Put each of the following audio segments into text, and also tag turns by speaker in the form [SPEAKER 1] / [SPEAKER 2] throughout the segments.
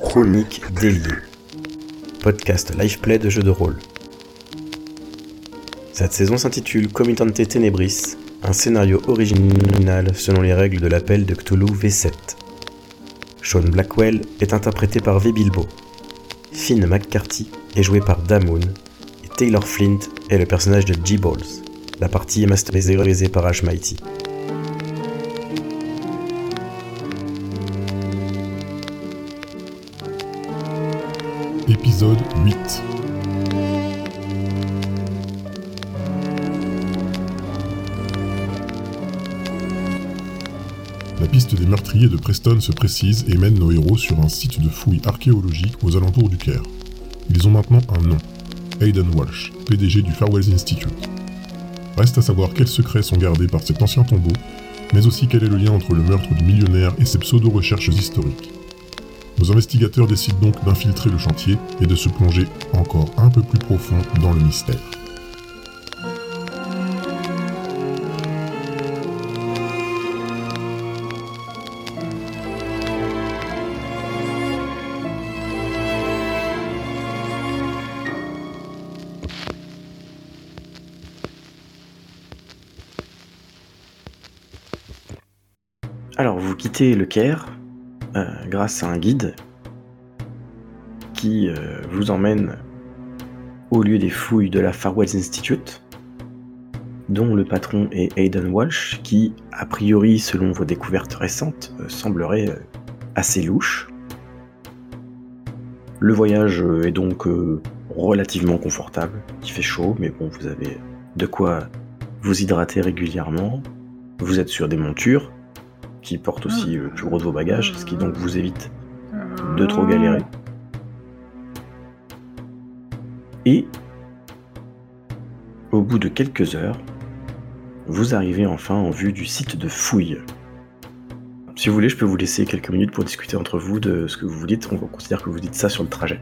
[SPEAKER 1] Chronique déliée. Podcast live play de jeux de rôle. Cette saison s'intitule Comitante Tenebris, un scénario original selon les règles de l'appel de Cthulhu V7. Sean Blackwell est interprété par V. Bilbo. Finn McCarthy est joué par Damoon. Et Taylor Flint est le personnage de G-Balls. La partie est masterisée par Ash Mighty.
[SPEAKER 2] Épisode 8. La piste des meurtriers de Preston se précise et mène nos héros sur un site de fouilles archéologiques aux alentours du Caire. Ils ont maintenant un nom, Aidan Walsh, PDG du Farwells Institute. Reste à savoir quels secrets sont gardés par cet ancien tombeau, mais aussi quel est le lien entre le meurtre du millionnaire et ses pseudo-recherches historiques. Nos investigateurs décident donc d'infiltrer le chantier et de se plonger encore un peu plus profond dans le mystère.
[SPEAKER 1] Alors, vous quittez le Caire euh, grâce à un guide qui euh, vous emmène au lieu des fouilles de la Farwells Institute, dont le patron est Aidan Walsh, qui, a priori, selon vos découvertes récentes, euh, semblerait euh, assez louche. Le voyage euh, est donc euh, relativement confortable, il fait chaud, mais bon, vous avez de quoi vous hydrater régulièrement. Vous êtes sur des montures qui portent aussi le plus gros de vos bagages, ce qui donc vous évite de trop
[SPEAKER 3] Hmm.
[SPEAKER 1] galérer. Et au bout de quelques heures, vous arrivez enfin en vue du site de fouille. Si vous voulez, je peux vous laisser quelques minutes pour discuter entre vous de ce que vous dites. On considère que vous dites ça sur le trajet.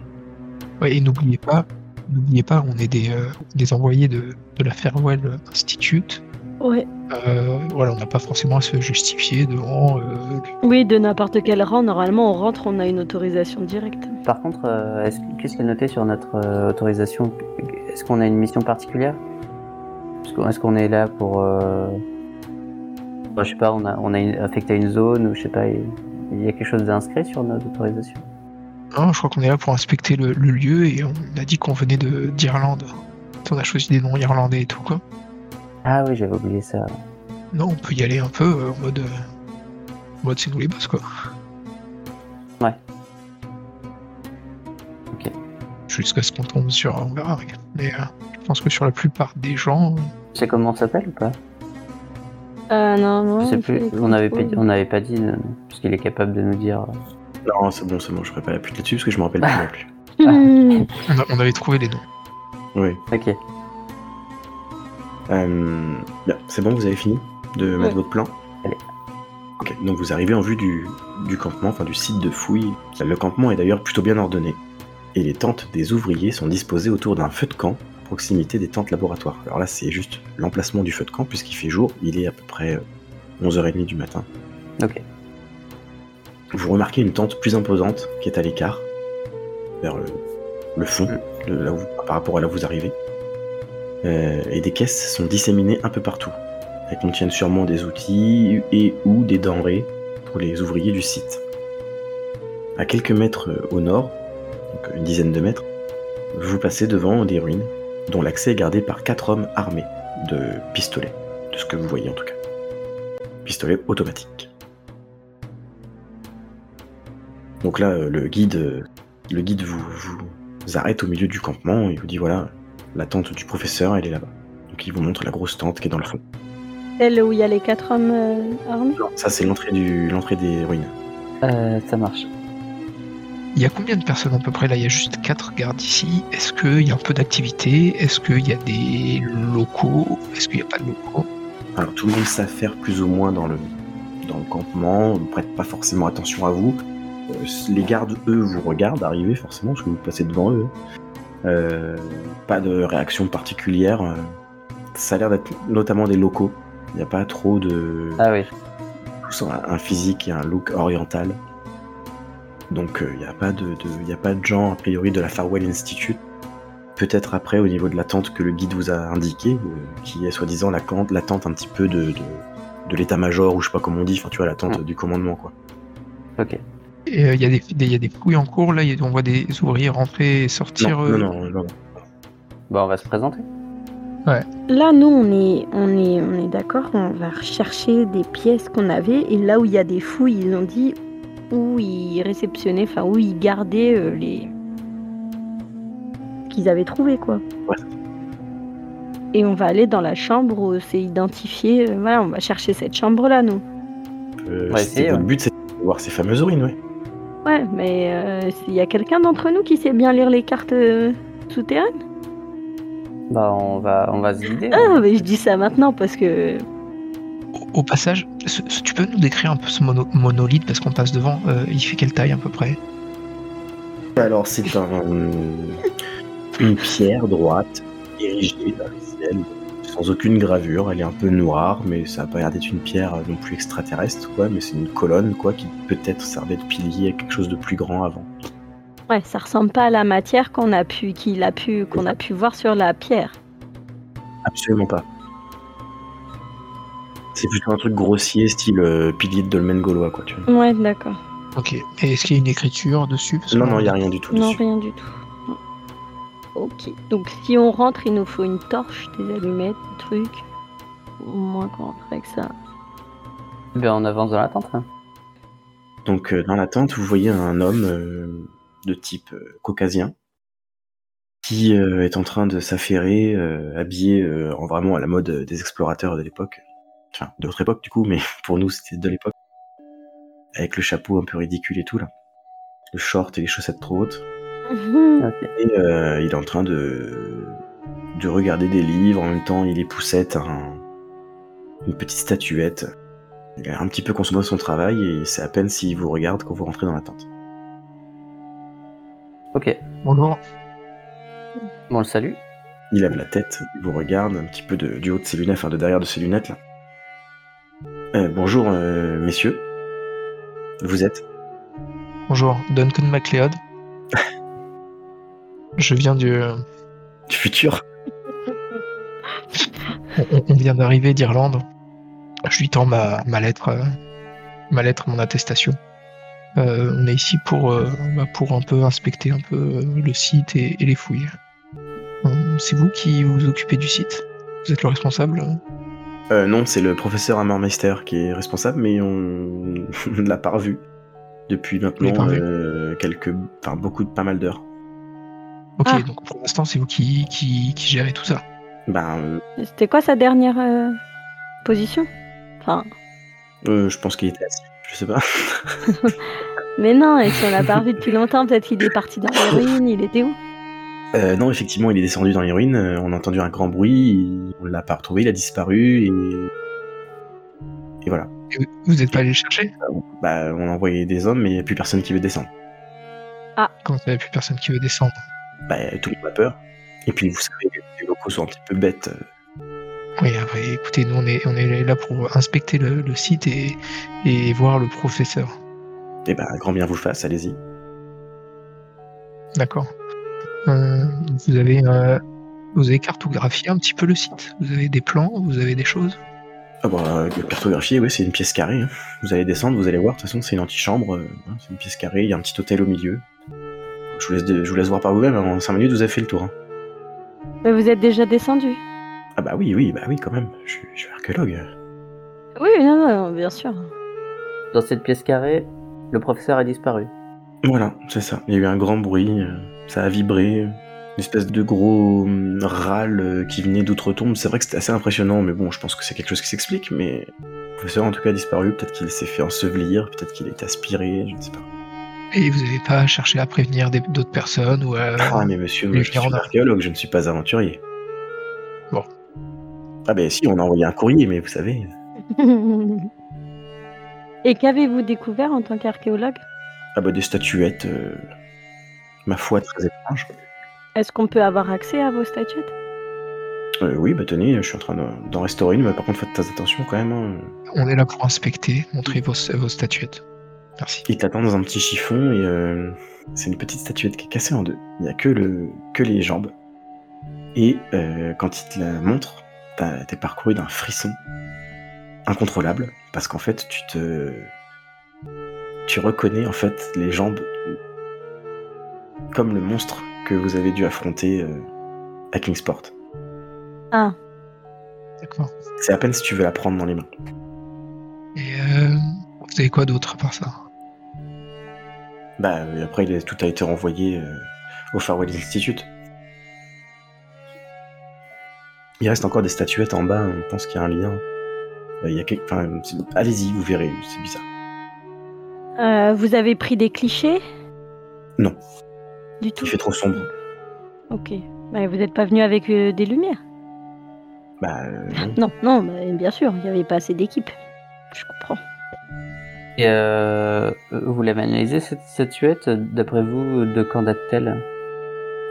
[SPEAKER 4] Ouais, et n'oubliez pas, n'oubliez pas, on est des, euh, des envoyés de, de la Farewell Institute.
[SPEAKER 3] Ouais.
[SPEAKER 4] Euh, voilà, on n'a pas forcément à se justifier devant. euh,
[SPEAKER 3] Oui, de n'importe quel rang, normalement, on rentre, on a une autorisation directe.
[SPEAKER 5] Par contre, euh, est-ce- qu'est-ce qui est noté sur notre euh, autorisation Est-ce qu'on a une mission particulière Est-ce qu'on- Est-ce qu'on est là pour... euh, enfin, je sais pas, on a, on a une- affecté une zone ou je sais pas, il il y a quelque chose d'inscrit sur notre autorisation
[SPEAKER 4] non, hein, je crois qu'on est là pour inspecter le, le lieu et on a dit qu'on venait de d'Irlande. On a choisi des noms irlandais et tout quoi.
[SPEAKER 5] Ah oui, j'avais oublié ça.
[SPEAKER 4] Non, on peut y aller un peu euh, en mode, euh, en mode c'est nous les boss quoi.
[SPEAKER 5] Ouais. Ok.
[SPEAKER 4] Jusqu'à ce qu'on tombe sur, on verra. ouais. Mais euh, je pense que sur la plupart des gens,
[SPEAKER 5] Tu sais comment on s'appelle ou pas
[SPEAKER 3] Euh, non, non.
[SPEAKER 5] Je sais
[SPEAKER 3] on fait
[SPEAKER 5] plus,
[SPEAKER 3] les
[SPEAKER 5] on n'avait pas,
[SPEAKER 3] contrôles.
[SPEAKER 5] dit- on n'avait pas dit, euh, parce qu'il est capable de nous dire... euh,
[SPEAKER 1] Non, c'est bon, c'est bon, je ferai pas la pute là-dessus parce que je me rappelle pas non plus.
[SPEAKER 3] Hmm,
[SPEAKER 5] Ah.
[SPEAKER 4] on, a- on avait trouvé les noms.
[SPEAKER 1] Oui.
[SPEAKER 5] Ok.
[SPEAKER 1] Euh, bien, c'est bon, vous avez fini de mettre
[SPEAKER 3] Ouais.
[SPEAKER 1] votre plan
[SPEAKER 5] Allez.
[SPEAKER 1] Ok, donc vous arrivez en vue du, du campement, enfin du site de fouille. Le campement est d'ailleurs plutôt bien ordonné. Et les tentes des ouvriers sont disposées autour d'un feu de camp, à proximité des tentes laboratoires. Alors là, c'est juste l'emplacement du feu de camp, puisqu'il fait jour, il est à peu près euh, 11h30 du matin.
[SPEAKER 5] Ok.
[SPEAKER 1] Vous remarquez une tente plus imposante qui est à l'écart, vers le, le fond, de là où, par rapport à là où vous arrivez. Euh, et des caisses sont disséminées un peu partout. Elles contiennent sûrement des outils et ou des denrées pour les ouvriers du site. À quelques mètres euh, au nord, donc une dizaine de mètres, vous passez devant des ruines dont l'accès est gardé par quatre hommes armés de pistolets, de ce que vous voyez en tout cas. Pistolets automatiques. Donc là, euh, le guide, euh, le guide vous, vous arrête au milieu du campement et vous dit voilà, la tente du professeur, elle est là-bas. Donc il vous montre la grosse tente qui est dans le fond.
[SPEAKER 3] Celle où il y a les quatre hommes euh, armés
[SPEAKER 1] Ça, c'est l'entrée du l'entrée des ruines.
[SPEAKER 5] Euh, ça marche.
[SPEAKER 4] Il y a combien de personnes à peu près là Il y a juste quatre gardes ici. Est-ce qu'il y a un peu d'activité Est-ce qu'il y a des locaux Est-ce qu'il n'y a pas de locaux
[SPEAKER 1] Alors tout le monde s'affaire plus ou moins dans le dans le campement, ne prête pas forcément attention à vous. Euh, Les gardes, eux, vous regardent arriver forcément parce que vous passez devant eux. Euh, pas de réaction particulière. euh. Ça a l'air d'être notamment des locaux. Il n'y a pas trop de
[SPEAKER 5] Ah oui.
[SPEAKER 1] tous ont un un physique et un look oriental. Donc euh, il n'y a, pas de- de- y a pas de gens, a priori, de la Farewell Institute. Peut-être après, au niveau de la tente que le guide vous a indiqué, euh, qui est soi-disant la, can- la tente un petit peu de, de- de l'état-major, ou je sais pas comment on dit, enfin tu vois, la tente
[SPEAKER 5] Mm.
[SPEAKER 1] du commandement, quoi.
[SPEAKER 5] Ok.
[SPEAKER 4] Et euh, il y, a des- des- il y a des fouilles en cours, là, il y a- on voit des ouvriers rentrer et
[SPEAKER 1] Non,
[SPEAKER 4] sortir.
[SPEAKER 1] non,
[SPEAKER 4] euh,
[SPEAKER 1] non, non, non.
[SPEAKER 5] Bah, on va se présenter.
[SPEAKER 3] Là, nous, on est, on est, on est d'accord, on va rechercher des pièces qu'on avait. Et là où il y a des fouilles, ils ont dit où ils réceptionnaient, enfin où ils gardaient euh, les. qu'ils avaient trouvé, quoi.
[SPEAKER 1] Ouais.
[SPEAKER 3] Et on va aller dans la chambre où c'est identifié. euh, Voilà, on va chercher cette chambre-là, nous.
[SPEAKER 1] Euh,
[SPEAKER 5] Ouais,
[SPEAKER 1] c'était
[SPEAKER 5] si,
[SPEAKER 1] votre
[SPEAKER 5] ouais.
[SPEAKER 1] but, c'est de voir ces fameuses ruines, ouais.
[SPEAKER 3] Ouais, mais euh, s'il y a quelqu'un d'entre nous qui sait bien lire les cartes euh, souterraines.
[SPEAKER 5] Bah, on va, on va se guider.
[SPEAKER 3] Ah, mais je dis ça maintenant parce que.
[SPEAKER 4] Au, au passage, ce- ce- tu peux nous décrire un peu ce mono- monolithe parce qu'on passe devant euh, Il fait quelle taille à peu près
[SPEAKER 1] Alors, c'est un, une pierre droite, érigée dans le ciel, sans aucune gravure. Elle est un peu noire, mais ça n'a pas l'air d'être une pierre non plus extraterrestre, quoi. Mais c'est une colonne, quoi, qui peut-être servait de pilier à quelque chose de plus grand avant.
[SPEAKER 3] Ouais, ça ressemble pas à la matière qu'on a pu, qu'il a pu, qu'on a pu voir sur la pierre.
[SPEAKER 1] Absolument pas. C'est plutôt un truc grossier, style euh, pilier de dolmen gaulois, quoi, tu vois.
[SPEAKER 3] Ouais, d'accord.
[SPEAKER 4] Ok. Et est-ce qu'il y a une écriture dessus Parce
[SPEAKER 1] Non,
[SPEAKER 4] que-
[SPEAKER 1] non, il n'y a rien du tout
[SPEAKER 3] Non,
[SPEAKER 1] dessus.
[SPEAKER 3] rien du tout. Non. Ok. Donc si on rentre, il nous faut une torche, des allumettes, des trucs. Au moins qu'on rentre avec ça.
[SPEAKER 5] Ben, on avance dans la tente. hein.
[SPEAKER 1] Donc euh, dans la tente, vous voyez un homme euh, de type euh, caucasien qui euh, est en train de s'affairer, euh, habillé euh, en vraiment à la mode euh, des explorateurs de l'époque. Enfin, de votre époque du coup, mais pour nous c'était de l'époque. Avec le chapeau un peu ridicule et tout là. Le short et les chaussettes trop hautes.
[SPEAKER 5] Ok.
[SPEAKER 1] Et euh, il est en train de, de regarder des livres. En même temps, il hein. époussette un, une petite statuette. Il a un petit peu consommé son travail et c'est à peine s'il vous regarde quand vous rentrez dans la tente.
[SPEAKER 5] Ok.
[SPEAKER 4] Bonjour.
[SPEAKER 5] Bon, on le salue.
[SPEAKER 1] Il lève la tête, il vous regarde un petit peu de- du haut de ses lunettes, enfin de derrière de ses lunettes là. Euh, bonjour euh, messieurs. Vous êtes
[SPEAKER 4] Bonjour. Duncan MacLeod. Je viens du. euh,
[SPEAKER 1] du futur
[SPEAKER 4] On, on- on vient d'arriver d'Irlande. Je lui tends ma, ma lettre, euh, ma lettre, mon attestation. Euh, on est ici pour, euh, bah, pour un peu inspecter un peu euh, le site et, et les fouilles. Hum, C'est vous qui vous occupez du site Vous êtes le responsable
[SPEAKER 1] Euh, Non, c'est le professeur Hammermeister qui est responsable, mais on ne l'a pas revu depuis
[SPEAKER 4] Il est
[SPEAKER 1] maintenant
[SPEAKER 4] pas revu.
[SPEAKER 1] euh, quelques, enfin beaucoup de pas mal d'heures.
[SPEAKER 4] Ok,
[SPEAKER 3] Ah.
[SPEAKER 4] donc pour l'instant c'est vous qui, qui, qui gérez tout ça.
[SPEAKER 1] Ben, euh,
[SPEAKER 3] C'était quoi sa dernière euh, position Enfin,
[SPEAKER 1] euh, je pense qu'il était assis, je sais pas.
[SPEAKER 3] mais non, et si on l'a pas revu depuis longtemps, peut-être qu'il est parti dans les ruines, il était où
[SPEAKER 1] Euh, non, effectivement, il est descendu dans les ruines. euh, on a entendu un grand bruit. il- On l'a pas retrouvé. Il a disparu. Et, et voilà.
[SPEAKER 4] Et vous- Vous n'êtes pas allé le chercher
[SPEAKER 1] Bah, on a envoyé des hommes, mais il n'y a plus personne qui veut descendre.
[SPEAKER 4] Quand il n'y a plus personne qui veut descendre.
[SPEAKER 1] Bah, tout le monde a peur. Et puis, vous savez, les locaux sont un petit peu bêtes. euh,
[SPEAKER 4] Oui, ah bah, écoutez, nous on est, on est là pour inspecter le, le site et, et voir le professeur.
[SPEAKER 1] Et bah, grand bien vous le fasse, allez-y.
[SPEAKER 4] D'accord. Euh, vous avez euh, vous avez cartographié un petit peu le site. Vous avez des plans, vous avez des choses.
[SPEAKER 1] Ah bah, le cartographier, oui, c'est une pièce carrée. hein. Vous allez descendre, vous allez voir. De toute façon, c'est une antichambre. euh, hein, c'est une pièce carrée. Il y a un petit hôtel au milieu. Je vous laisse, je vous laisse voir par vous-même. hein, En 5 minutes, vous avez fait le tour. hein.
[SPEAKER 3] Mais vous êtes déjà descendu.
[SPEAKER 1] Ah bah oui, oui, bah oui, quand même. Je, suis- je suis archéologue.
[SPEAKER 3] Oui, non, non, bien sûr.
[SPEAKER 5] Dans cette pièce carrée, le professeur a disparu.
[SPEAKER 1] Voilà, c'est ça. Il y a eu un grand bruit, euh, ça a vibré, euh, une espèce de gros hum, râle euh, qui venait d'outre-tombe. C'est vrai que c'était assez impressionnant, mais bon, je pense que c'est quelque chose qui s'explique, mais le professeur en tout cas a disparu, peut-être qu'il s'est fait ensevelir, peut-être qu'il a été aspiré, je ne sais pas.
[SPEAKER 4] Et vous n'avez pas cherché à prévenir des- d'autres personnes ou euh, à...
[SPEAKER 1] Ah mais monsieur, moi,
[SPEAKER 4] les
[SPEAKER 1] je suis
[SPEAKER 4] Girondins.
[SPEAKER 1] archéologue, je ne suis pas aventurier.
[SPEAKER 4] Bon.
[SPEAKER 1] Ah ben si, on a envoyé un courrier, mais vous savez...
[SPEAKER 3] Et qu'avez-vous découvert en tant qu'archéologue
[SPEAKER 1] Ah bah des statuettes, euh, ma foi, très étranges.
[SPEAKER 3] Est-ce qu'on peut avoir accès à vos statuettes
[SPEAKER 1] Euh, oui, bah tenez, je suis en train de- d'en restaurer une, mais par contre faites très attention quand même. hein.
[SPEAKER 4] on est là pour inspecter, montrer vos, vos statuettes. Merci.
[SPEAKER 1] Il t'attend dans un petit chiffon et euh, c'est une petite statuette qui est cassée en deux. Il n'y a que, le, que les jambes. Et euh, quand il te la montre, t'as- t'es parcouru d'un frisson incontrôlable parce qu'en fait, tu te. Tu reconnais en fait les jambes comme le monstre que vous avez dû affronter euh, à Kingsport.
[SPEAKER 3] Ah,
[SPEAKER 4] D'accord.
[SPEAKER 1] C'est à peine si tu veux la prendre dans les mains.
[SPEAKER 4] Et euh, vous avez quoi d'autre à part ça
[SPEAKER 1] Bah, euh, après, il est- tout a été renvoyé euh, au Farwell Institute. Il reste encore des statuettes en bas, on pense qu'il y a un lien. Euh, il y a quelque... enfin, c'est- Allez-y, vous verrez, c'est bizarre.
[SPEAKER 3] euh, vous avez pris des clichés
[SPEAKER 1] Non.
[SPEAKER 3] Du tout
[SPEAKER 1] Il fait trop sombre.
[SPEAKER 3] Ok. Bah, vous n'êtes pas venu avec euh, des lumières
[SPEAKER 1] Bah, euh, non.
[SPEAKER 3] Non, non, bah, bien sûr, il n'y avait pas assez d'équipe. Je comprends.
[SPEAKER 5] Et euh, vous l'avez analysé cette statuette D'après vous, de quand date-t-elle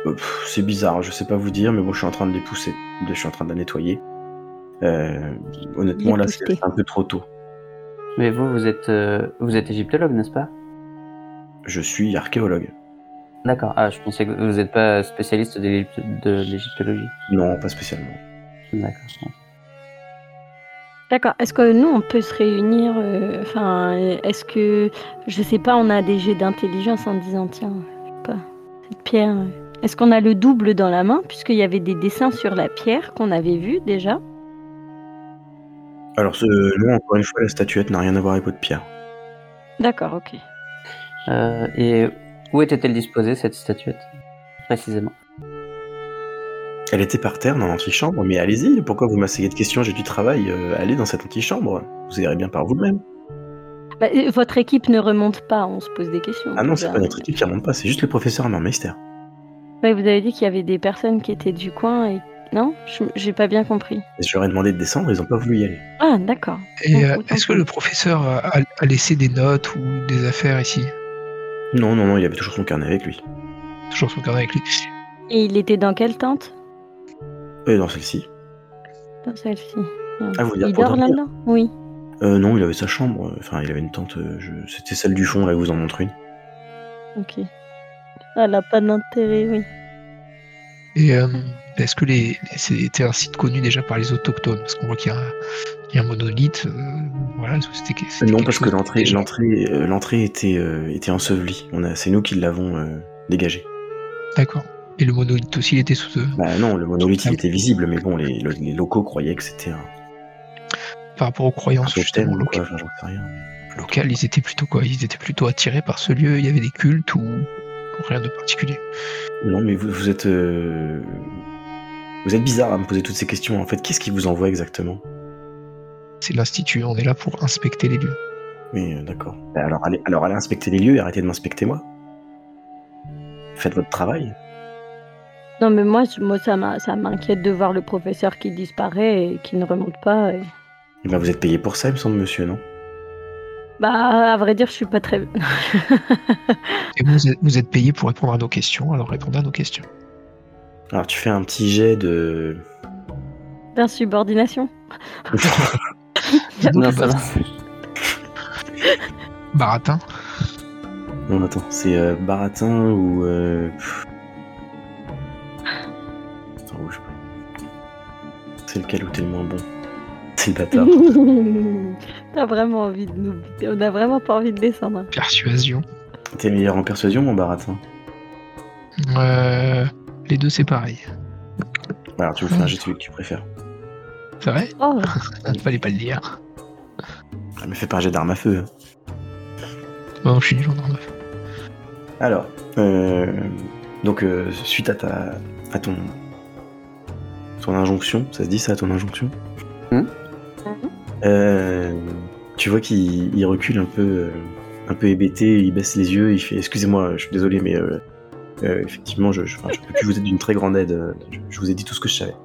[SPEAKER 1] Euh, pff, c'est bizarre, je sais pas vous dire, mais bon, je suis en train de les pousser. Je suis en train de la nettoyer. Euh, honnêtement,
[SPEAKER 3] Les
[SPEAKER 1] là, c'est
[SPEAKER 3] pousser.
[SPEAKER 1] un peu trop tôt.
[SPEAKER 5] Mais vous, vous êtes, euh, vous êtes égyptologue, n'est-ce pas
[SPEAKER 1] Je suis archéologue.
[SPEAKER 5] D'accord. Ah, je pensais que vous n'êtes pas spécialiste de l'Égypte- de l'égyptologie.
[SPEAKER 1] Non, pas spécialement.
[SPEAKER 5] D'accord.
[SPEAKER 3] D'accord. Est-ce que nous, on peut se réunir euh, Enfin, euh, est-ce que, je sais pas, on a des jets d'intelligence en disant, tiens, je sais pas, cette pierre. euh, Est-ce qu'on a le double dans la main Puisqu'il y avait des dessins sur la pierre qu'on avait vus déjà.
[SPEAKER 1] Alors, ce... non, encore une fois, la statuette n'a rien à voir avec votre pierre.
[SPEAKER 3] D'accord, ok.
[SPEAKER 5] Euh, et où était-elle disposée, cette statuette Précisément.
[SPEAKER 1] Elle était par terre dans l'antichambre, mais allez-y, pourquoi vous m'asseyez de questions J'ai du travail, euh, allez dans cette antichambre, vous irez bien par vous-même.
[SPEAKER 3] Bah, euh, votre équipe ne remonte pas, on se pose des questions.
[SPEAKER 1] Ah non, c'est
[SPEAKER 3] Bah,
[SPEAKER 1] pas notre équipe qui remonte pas, c'est juste le professeur Mystère.
[SPEAKER 3] ouais, vous avez dit qu'il y avait des personnes qui étaient du coin et. Non Je- J'ai pas bien compris.
[SPEAKER 1] Et je leur ai demandé de descendre, ils ont pas voulu y aller.
[SPEAKER 3] Ah, d'accord.
[SPEAKER 4] Et
[SPEAKER 3] Non,
[SPEAKER 4] euh,
[SPEAKER 3] autant
[SPEAKER 4] est-ce que
[SPEAKER 3] pour
[SPEAKER 4] le professeur a, a- a laissé des notes ou des affaires ici
[SPEAKER 1] Non, non, non, il avait toujours son carnet avec lui.
[SPEAKER 4] Toujours son carnet avec lui.
[SPEAKER 3] Et il était dans quelle tente
[SPEAKER 1] Et dans celle-ci
[SPEAKER 3] Dans celle-ci.
[SPEAKER 1] Ah, vous voulez dire
[SPEAKER 3] il
[SPEAKER 1] pour
[SPEAKER 3] dort
[SPEAKER 1] dormir
[SPEAKER 3] là-dedans Oui.
[SPEAKER 1] euh, Non, il avait sa chambre, euh, enfin, il avait une tente, euh, je- c'était celle du fond, là, je vous en montre une.
[SPEAKER 3] Ok. Ah, Elle n'a pas d'intérêt, oui.
[SPEAKER 4] Et euh, est-ce que les, les- c'était un site connu déjà par les autochtones Parce qu'on voit qu'il y a un, il y a un monolithe. euh, voilà, est-ce que c'était, que- c'était
[SPEAKER 1] Non,
[SPEAKER 4] quelque
[SPEAKER 1] parce que
[SPEAKER 4] chose
[SPEAKER 1] l'entrée
[SPEAKER 4] déjà-
[SPEAKER 1] l'entrée, euh, l'entrée était, euh, était ensevelie, On a- c'est nous qui l'avons euh, dégagée.
[SPEAKER 4] D'accord. Et le monolithe aussi, il était sous euh, eux.
[SPEAKER 1] Bah non, le monolithe, il était visible, mais bon, les, les locaux croyaient que c'était un,
[SPEAKER 4] Par rapport aux
[SPEAKER 1] un
[SPEAKER 4] croyances
[SPEAKER 1] totem
[SPEAKER 4] justement
[SPEAKER 1] ou quoi,
[SPEAKER 4] locales,
[SPEAKER 1] enfin, j'en sais rien.
[SPEAKER 4] locales, ils étaient plutôt quoi Ils étaient plutôt attirés par ce lieu. Il y avait des cultes ou rien de particulier.
[SPEAKER 1] Non, mais vous, vous êtes. euh, Vous êtes bizarre à me poser toutes ces questions. En fait, qu'est-ce qui vous envoie exactement
[SPEAKER 4] C'est l'institut. On est là pour inspecter les lieux.
[SPEAKER 1] Oui, euh, d'accord. Bah, Alors allez, alors allez inspecter les lieux et arrêtez de m'inspecter moi. Faites votre travail.
[SPEAKER 3] Non, mais moi, je- moi ça m'a- ça m'inquiète de voir le professeur qui disparaît et qui ne remonte pas. et-
[SPEAKER 1] Eh ben, vous êtes payé pour ça, il me semble, monsieur, non
[SPEAKER 3] Bah, à vrai dire, je suis pas très.
[SPEAKER 4] Et vous, êtes- vous êtes payé pour répondre à nos questions. Alors répondez à nos questions.
[SPEAKER 1] Alors tu fais un petit jet de.
[SPEAKER 3] D'insubordination. Ah,
[SPEAKER 5] Non, ça va.
[SPEAKER 4] Baratin.
[SPEAKER 1] Non, attends, c'est euh, baratin ou. euh, pff. Attends, bouge pas. C'est lequel où t'es le moins bon C'est le bâtard.
[SPEAKER 3] T'as vraiment envie de nous. On a vraiment pas envie de descendre.
[SPEAKER 4] Persuasion.
[SPEAKER 1] t'es meilleur en persuasion, mon baratin
[SPEAKER 4] Euh, les deux, c'est pareil.
[SPEAKER 1] Bah, Alors tu me fais un jet de celui que tu préfères.
[SPEAKER 4] C'est vrai
[SPEAKER 3] Oh,
[SPEAKER 4] Il fallait pas le dire.
[SPEAKER 1] Ah, Mais fais pas un jet d'arme à feu. hein.
[SPEAKER 4] Bon, je suis du gendarme.
[SPEAKER 1] Alors, euh, donc euh, suite à ta, à ton, ton injonction, ça se dit ça, ton injonction
[SPEAKER 5] Mhm.
[SPEAKER 1] Euh, Tu vois qu'il il recule un peu, euh, un peu hébété, il baisse les yeux, il fait excusez-moi, je suis désolé, mais euh, euh, effectivement, je, je, enfin, je peux plus vous être d'une très grande aide. euh, Je, je vous ai dit tout ce que je savais.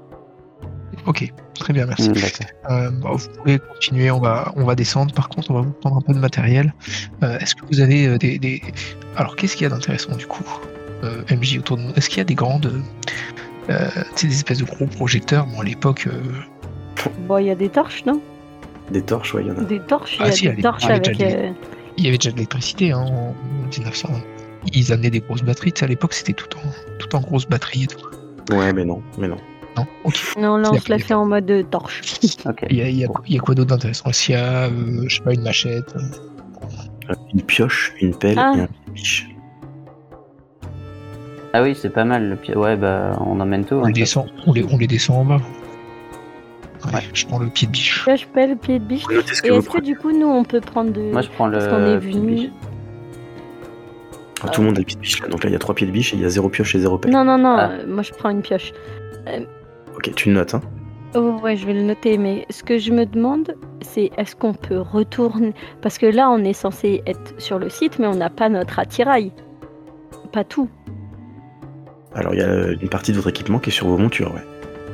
[SPEAKER 4] Ok, très bien, merci.
[SPEAKER 5] Mm, d'accord.
[SPEAKER 4] Euh, bon, vous pouvez continuer, on va, on va descendre. Par contre, on va vous prendre un peu de matériel. Euh, Est-ce que vous avez euh, des, des- Alors, qu'est-ce qu'il y a d'intéressant du coup euh, MJ autour de nous Est-ce qu'il y a des grandes. Euh, tu sais, des espèces de gros projecteurs Bon, à l'époque. euh,
[SPEAKER 3] bon, il y a des torches, non
[SPEAKER 1] Des torches, ouais, il y en a.
[SPEAKER 3] Des torches, il
[SPEAKER 4] Ah,
[SPEAKER 3] y a
[SPEAKER 4] si,
[SPEAKER 3] des
[SPEAKER 4] elle est- ah,
[SPEAKER 3] torches
[SPEAKER 4] elle est
[SPEAKER 3] avec.
[SPEAKER 4] déjà
[SPEAKER 3] euh,
[SPEAKER 4] Il y avait déjà de l'électricité hein, en 1900. Ils amenaient des grosses batteries. Tu sais, à l'époque, c'était tout en, tout en grosses batteries et tout.
[SPEAKER 1] Ouais, mais non, mais non.
[SPEAKER 4] Non, ok.
[SPEAKER 3] Non, là, on
[SPEAKER 4] C'est
[SPEAKER 3] se la
[SPEAKER 4] après.
[SPEAKER 3] fait en mode euh, torche.
[SPEAKER 5] Ok.
[SPEAKER 4] Il y a, il y a- il y a quoi d'autre d'intéressant S'il y a, euh, je sais pas, une machette. euh,
[SPEAKER 1] Euh, Une pioche, une pelle
[SPEAKER 3] Ah.
[SPEAKER 1] et un piche.
[SPEAKER 5] Ah oui, c'est pas mal. Le... pi- Ouais, bah, on emmène tout.
[SPEAKER 4] on,
[SPEAKER 5] hein.
[SPEAKER 4] les descend, on, les, on les descend en bas. Ouais, Je prends le pied de biche.
[SPEAKER 3] Là, je pèle pied de biche.
[SPEAKER 1] Notez ce que
[SPEAKER 3] Et
[SPEAKER 1] vous
[SPEAKER 3] est-ce que
[SPEAKER 1] prenez.
[SPEAKER 3] du coup, nous, on peut prendre de.
[SPEAKER 5] Moi, je prends le.
[SPEAKER 3] Parce qu'on est
[SPEAKER 5] petit
[SPEAKER 3] venu-
[SPEAKER 5] biche.
[SPEAKER 1] Ah, Tout le monde a des petites biches là. Donc là, il y a trois pieds de biche et il y a zéro pioche et zéro pelle.
[SPEAKER 3] Non, non, non,
[SPEAKER 5] Ah.
[SPEAKER 3] euh, moi, je prends une pioche.
[SPEAKER 1] Ok, tu notes, hein.
[SPEAKER 3] Oh, ouais, je vais le noter, mais ce que je me demande, c'est est-ce qu'on peut retourner. Parce que là, on est censé être sur le site, mais on n'a pas notre attirail. Pas tout.
[SPEAKER 1] Alors, il y a euh, une partie de votre équipement qui est sur vos montures, ouais.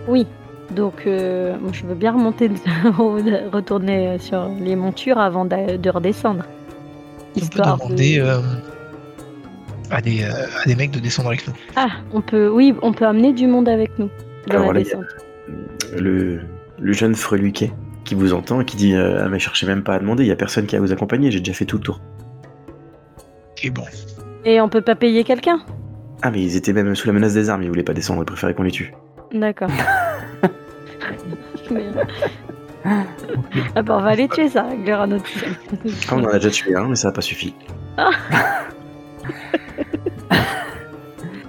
[SPEAKER 3] Oui. Donc, euh, moi, je veux bien remonter, de- retourner sur les montures avant d'a- de redescendre.
[SPEAKER 4] On peut
[SPEAKER 3] Histoire de-
[SPEAKER 4] demander euh, à, des, euh, à des mecs de descendre avec nous.
[SPEAKER 3] Ah, on peut, oui, on peut amener du monde avec nous dans
[SPEAKER 1] Alors
[SPEAKER 3] la
[SPEAKER 1] voilà, il y a-
[SPEAKER 3] descente.
[SPEAKER 1] le, le jeune freluquet qui vous entend et qui dit euh, Ah, mais cherchez même pas à demander, il y a personne qui va vous accompagner, j'ai déjà fait tout le tour.
[SPEAKER 4] Et bon,
[SPEAKER 3] Et on peut pas payer quelqu'un
[SPEAKER 1] Ah, mais ils étaient même sous la menace des armes, ils voulaient pas descendre, ils préféraient qu'on les tue.
[SPEAKER 3] D'accord. Merde. ah bah on va les tuer ça, avec leur anneau de tueur.
[SPEAKER 1] Ah, on en a déjà tué un, mais ça n'a pas suffi.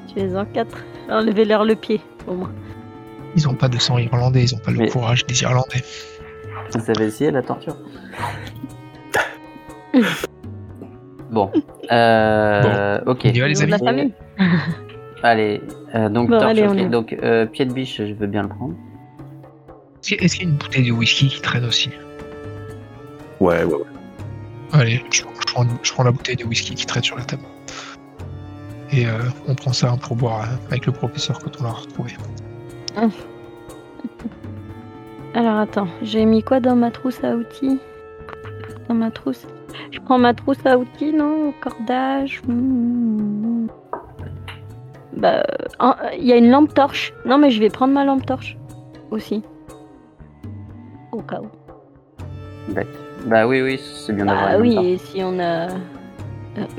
[SPEAKER 3] Tu les en quatre. Enlevez-leur le pied, au moins.
[SPEAKER 4] ils ont pas de sang irlandais, ils ont pas le
[SPEAKER 5] Mais-
[SPEAKER 4] courage des Irlandais.
[SPEAKER 5] Vous avez essayé la torture Bon. Euh, Ok.
[SPEAKER 4] On y va, les
[SPEAKER 3] Ils ont de la
[SPEAKER 5] amis.
[SPEAKER 3] famille.
[SPEAKER 5] Allez, euh, donc,
[SPEAKER 3] Bon,
[SPEAKER 5] torture,
[SPEAKER 3] allez, on y
[SPEAKER 5] ok.
[SPEAKER 3] va.
[SPEAKER 5] donc euh, pied de biche, je veux bien le prendre.
[SPEAKER 4] Est-ce qu'il y a- est-ce qu'il y a une bouteille de whisky qui traîne aussi
[SPEAKER 1] Ouais, ouais, ouais.
[SPEAKER 4] Allez, je, je prends, je prends la bouteille de whisky qui traîne sur la table. Et euh, on prend ça pour boire euh, avec le professeur quand on l'aura retrouvé.
[SPEAKER 3] Alors attends, j'ai mis quoi dans ma trousse à outils Dans ma trousse Je prends ma trousse à outils, non Cordage hmm. Bah, en- il y a une lampe torche. Non, mais je vais prendre ma lampe torche aussi. Au cas où.
[SPEAKER 5] Bah oui, oui, c'est bien d'avoir
[SPEAKER 3] Bah
[SPEAKER 5] une
[SPEAKER 3] oui,
[SPEAKER 5] torche.
[SPEAKER 3] et si on a. euh,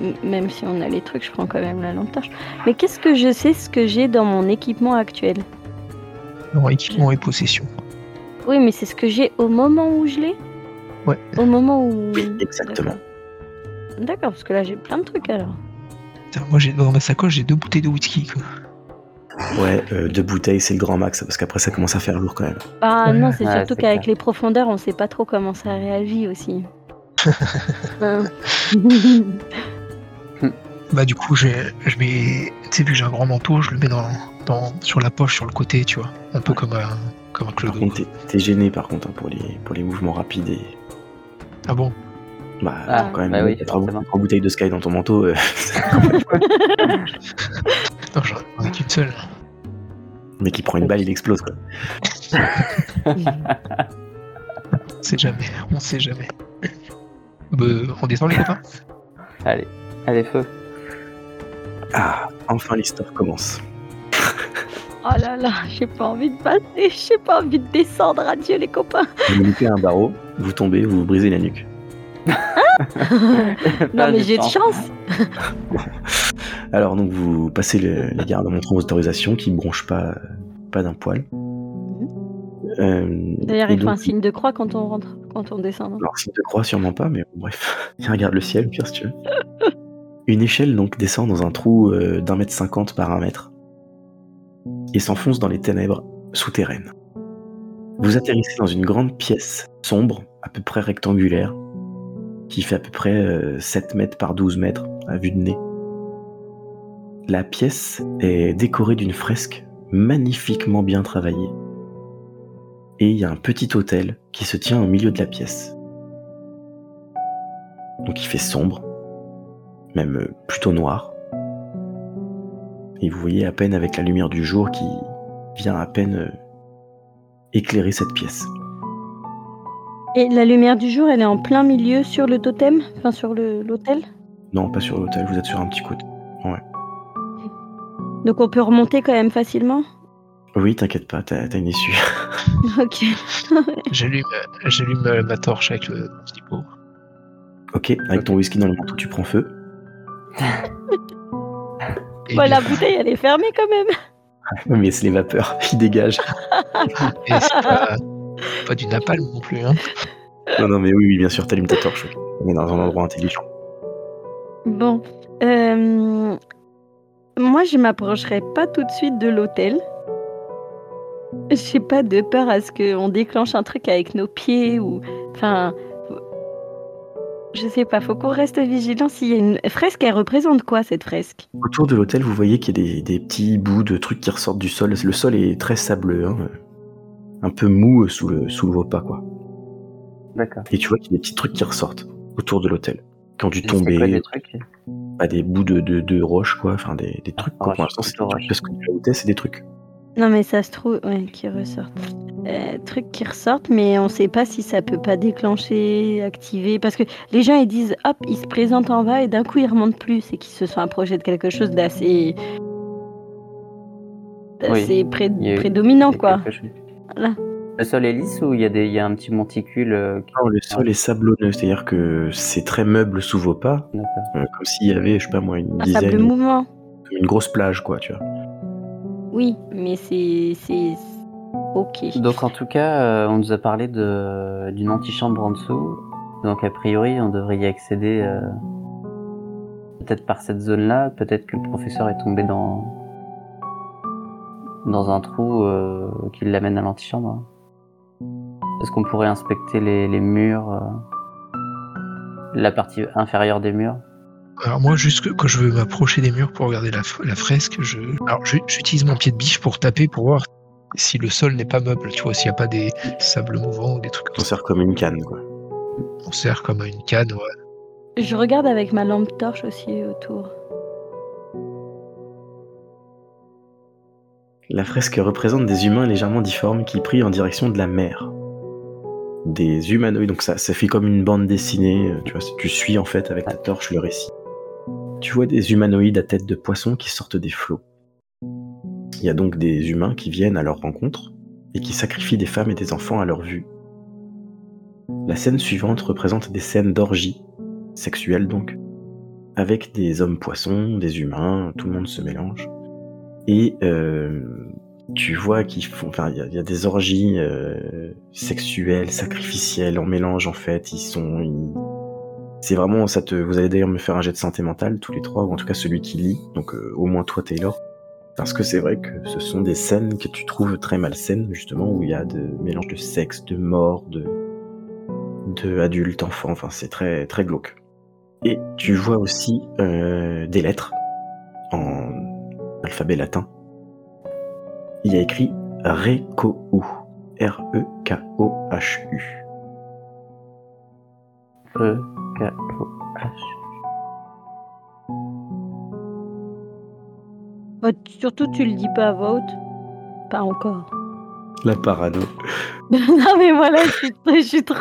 [SPEAKER 3] m- Même si on a les trucs, je prends quand même la lampe torche. Mais qu'est-ce que je sais ce que j'ai dans mon équipement actuel
[SPEAKER 4] Non, équipement et possession.
[SPEAKER 3] Oui, mais c'est ce que j'ai au moment où je l'ai
[SPEAKER 4] Ouais.
[SPEAKER 3] Au moment où.
[SPEAKER 1] Oui, exactement.
[SPEAKER 3] D'accord. D'accord, parce que là j'ai plein de trucs alors.
[SPEAKER 4] Putain, moi, j'ai- dans ma sacoche, j'ai deux bouteilles de whisky. quoi.
[SPEAKER 1] Ouais, euh, deux bouteilles, c'est le grand max, parce qu'après, ça commence à faire lourd quand même.
[SPEAKER 3] Ah
[SPEAKER 4] Ouais.
[SPEAKER 3] non, c'est
[SPEAKER 5] Ouais,
[SPEAKER 3] surtout
[SPEAKER 5] c'est
[SPEAKER 3] qu'avec
[SPEAKER 5] clair.
[SPEAKER 3] les profondeurs, on sait pas trop comment ça réagit aussi. Hein.
[SPEAKER 4] Bah du coup, j'ai- je mets, tu sais, vu que j'ai un grand manteau, je le mets dans, dans, sur la poche, sur le côté, tu vois, un peu comme un, comme un
[SPEAKER 1] Par
[SPEAKER 4] clodo.
[SPEAKER 1] contre, t'es- t'es gêné, par contre, hein, pour, les, pour les mouvements rapides et.
[SPEAKER 4] Ah bon
[SPEAKER 1] Bah,
[SPEAKER 5] Ah,
[SPEAKER 1] attends, quand même,
[SPEAKER 5] bah oui,
[SPEAKER 1] t'as trois,
[SPEAKER 5] forcément.
[SPEAKER 1] trois bouteilles de Sky dans ton manteau. euh,
[SPEAKER 4] Non, j'en j'en ai qu'une seule.
[SPEAKER 1] mais qui prend une balle, il explose, quoi.
[SPEAKER 4] On sait jamais, on sait jamais. Bah, on descend les copains
[SPEAKER 5] Allez, allez, feu.
[SPEAKER 1] Ah, enfin, l'histoire commence.
[SPEAKER 3] oh là là, j'ai pas envie de passer, j'ai pas envie de descendre. Adieu les copains.
[SPEAKER 1] Vous loupez un barreau, vous tombez, vous vous brisez la nuque.
[SPEAKER 3] non mais j'ai de chance.
[SPEAKER 1] Alors donc vous passez le- les gardes en montrant vos autorisations qui ne bronchent pas, euh, pas d'un poil. Euh,
[SPEAKER 3] D'ailleurs,
[SPEAKER 1] et
[SPEAKER 3] il faut
[SPEAKER 1] donc-
[SPEAKER 3] un signe de croix quand on rentre, quand on descend.
[SPEAKER 1] Alors signe de croix sûrement pas, mais bon, bref, il regarde le ciel, pire si tu veux. Une échelle donc descend dans un trou euh, d'un mètre cinquante par un mètre et s'enfonce dans les ténèbres souterraines. Vous atterrissez dans une grande pièce sombre, à peu près rectangulaire, qui fait à peu près euh, 7 mètres par 12 mètres à vue de nez. La pièce est décorée d'une fresque magnifiquement bien travaillée. Et il y a un petit hôtel qui se tient au milieu de la pièce. Donc il fait sombre, même euh, plutôt noir. Et vous voyez à peine avec la lumière du jour qui vient à peine euh, éclairer cette pièce.
[SPEAKER 3] Et la lumière du jour, elle est en plein milieu sur le totem, enfin sur le- l'hôtel.
[SPEAKER 1] Non, pas sur l'hôtel, vous êtes sur un petit côté.
[SPEAKER 3] Donc on peut remonter quand même facilement.
[SPEAKER 1] Oui, t'inquiète pas, t'as t'as une issue.
[SPEAKER 3] ok.
[SPEAKER 4] J'allume, j'allume euh, ma torche avec le petit pot.
[SPEAKER 1] Ok, avec ton whisky dans le manteau, tu prends feu.
[SPEAKER 4] Et,
[SPEAKER 3] Bah, la bouteille, elle est fermée quand même.
[SPEAKER 1] Mais c'est les vapeurs qui dégagent.
[SPEAKER 4] et c'est pas, pas du napalm non plus. Hein.
[SPEAKER 1] Non, non, mais oui, oui bien sûr, t'allumes ta torche. On est dans un endroit intelligent.
[SPEAKER 3] Bon. euh, moi, je m'approcherai pas tout de suite de l'hôtel. J'ai pas de peur à ce qu'on déclenche un truc avec nos pieds ou. Enfin. faut- Je sais pas, faut qu'on reste vigilant. S'il y a une fresque, elle représente quoi cette fresque
[SPEAKER 1] Autour de l'hôtel, vous voyez qu'il y a des, des petits bouts de trucs qui ressortent du sol. Le sol est très sableux, hein, un peu mou euh, sous le, sous le repas, quoi.
[SPEAKER 5] D'accord.
[SPEAKER 1] Et tu vois qu'il y a des petits trucs qui ressortent autour de l'hôtel. Quand tu
[SPEAKER 5] C'est quoi
[SPEAKER 1] tombais,
[SPEAKER 5] des trucs
[SPEAKER 1] bah, des bouts de, de, de roches, quoi, enfin des, des trucs. quoi.
[SPEAKER 5] roches,
[SPEAKER 1] Pour l'instant, c'est des
[SPEAKER 5] Ah, plutôt
[SPEAKER 1] trucs, parce que l'hôtel, c'est des trucs.
[SPEAKER 3] Non, mais ça se trouve. Ouais, qui ressortent. Euh, trucs qui ressortent, mais on sait pas si ça peut pas déclencher, activer. Parce que les gens, ils disent hop, ils se présentent en bas et d'un coup, ils remontent plus. C'est qu'ils se sont approchés de quelque chose d'assez.
[SPEAKER 5] Oui.
[SPEAKER 3] d'assez pré-
[SPEAKER 5] Il y a eu-
[SPEAKER 3] prédominant,
[SPEAKER 5] Il y a
[SPEAKER 3] quoi.
[SPEAKER 5] quelque chose.
[SPEAKER 3] Voilà.
[SPEAKER 5] Le sol est lisse ou il y, a des- il y a un petit monticule euh, qui...
[SPEAKER 1] Non, le sol est sablonneux, c'est-à-dire que c'est très meuble sous vos pas,
[SPEAKER 5] D'accord.
[SPEAKER 1] euh, comme s'il y avait, je sais pas moi, une
[SPEAKER 3] Un sable
[SPEAKER 1] dizaine,
[SPEAKER 3] mouvement.
[SPEAKER 1] une grosse plage, quoi, tu vois.
[SPEAKER 3] Oui, mais c'est. c'est- Ok.
[SPEAKER 5] Donc en tout cas, euh, on nous a parlé de- d'une antichambre en dessous. Donc a priori, on devrait y accéder euh, peut-être par cette zone-là. Peut-être que le professeur est tombé dans dans un trou euh, qui l'amène à l'antichambre. Est-ce qu'on pourrait inspecter les, les murs, euh, la partie inférieure des murs
[SPEAKER 4] Alors moi, juste que- quand je veux m'approcher des murs pour regarder la, f- la fresque, je, alors je- j'utilise mon pied de biche pour taper pour voir si le sol n'est pas meuble, tu vois, s'il n'y a pas des sables mouvants ou des trucs
[SPEAKER 1] On
[SPEAKER 4] comme ça.
[SPEAKER 1] sert comme une canne, quoi.
[SPEAKER 4] On sert comme à une canne. ouais.
[SPEAKER 3] Je regarde avec ma lampe torche aussi autour.
[SPEAKER 1] La fresque représente des humains légèrement difformes qui prient en direction de la mer. Des humanoïdes, donc ça, ça fait comme une bande dessinée, euh, tu vois, tu suis en fait avec ta torche le récit. Tu vois des humanoïdes à tête de poisson qui sortent des flots. Il y a donc des humains qui viennent à leur rencontre et qui sacrifient des femmes et des enfants à leur vue. La scène suivante représente des scènes d'orgie, sexuelles donc, avec des hommes poissons, des humains, tout le monde se mélange. Et euh, tu vois qu'ils font. Enfin, il y a- il y, a des orgies euh, sexuelles, sacrificielles, en mélange en fait. Ils sont. ils- C'est vraiment. ça te. Vous allez d'ailleurs me faire un jet de santé mentale, tous les trois, ou en tout cas celui qui lit. Donc euh, au moins toi, Taylor. Parce que c'est vrai que ce sont des scènes que tu trouves très malsaines, justement, où il y a de mélange de sexe, de mort, de. de adulte, enfant. Enfin, c'est très, très glauque. Et tu vois aussi euh, des lettres en alphabet latin. Il y a écrit Rekohu. E R-E-K-O-H-U.
[SPEAKER 5] E K O H.
[SPEAKER 3] Bah, t- surtout, tu le dis pas à voix haute. Pas encore.
[SPEAKER 1] La parano.
[SPEAKER 3] non, mais voilà, je suis, je suis trop.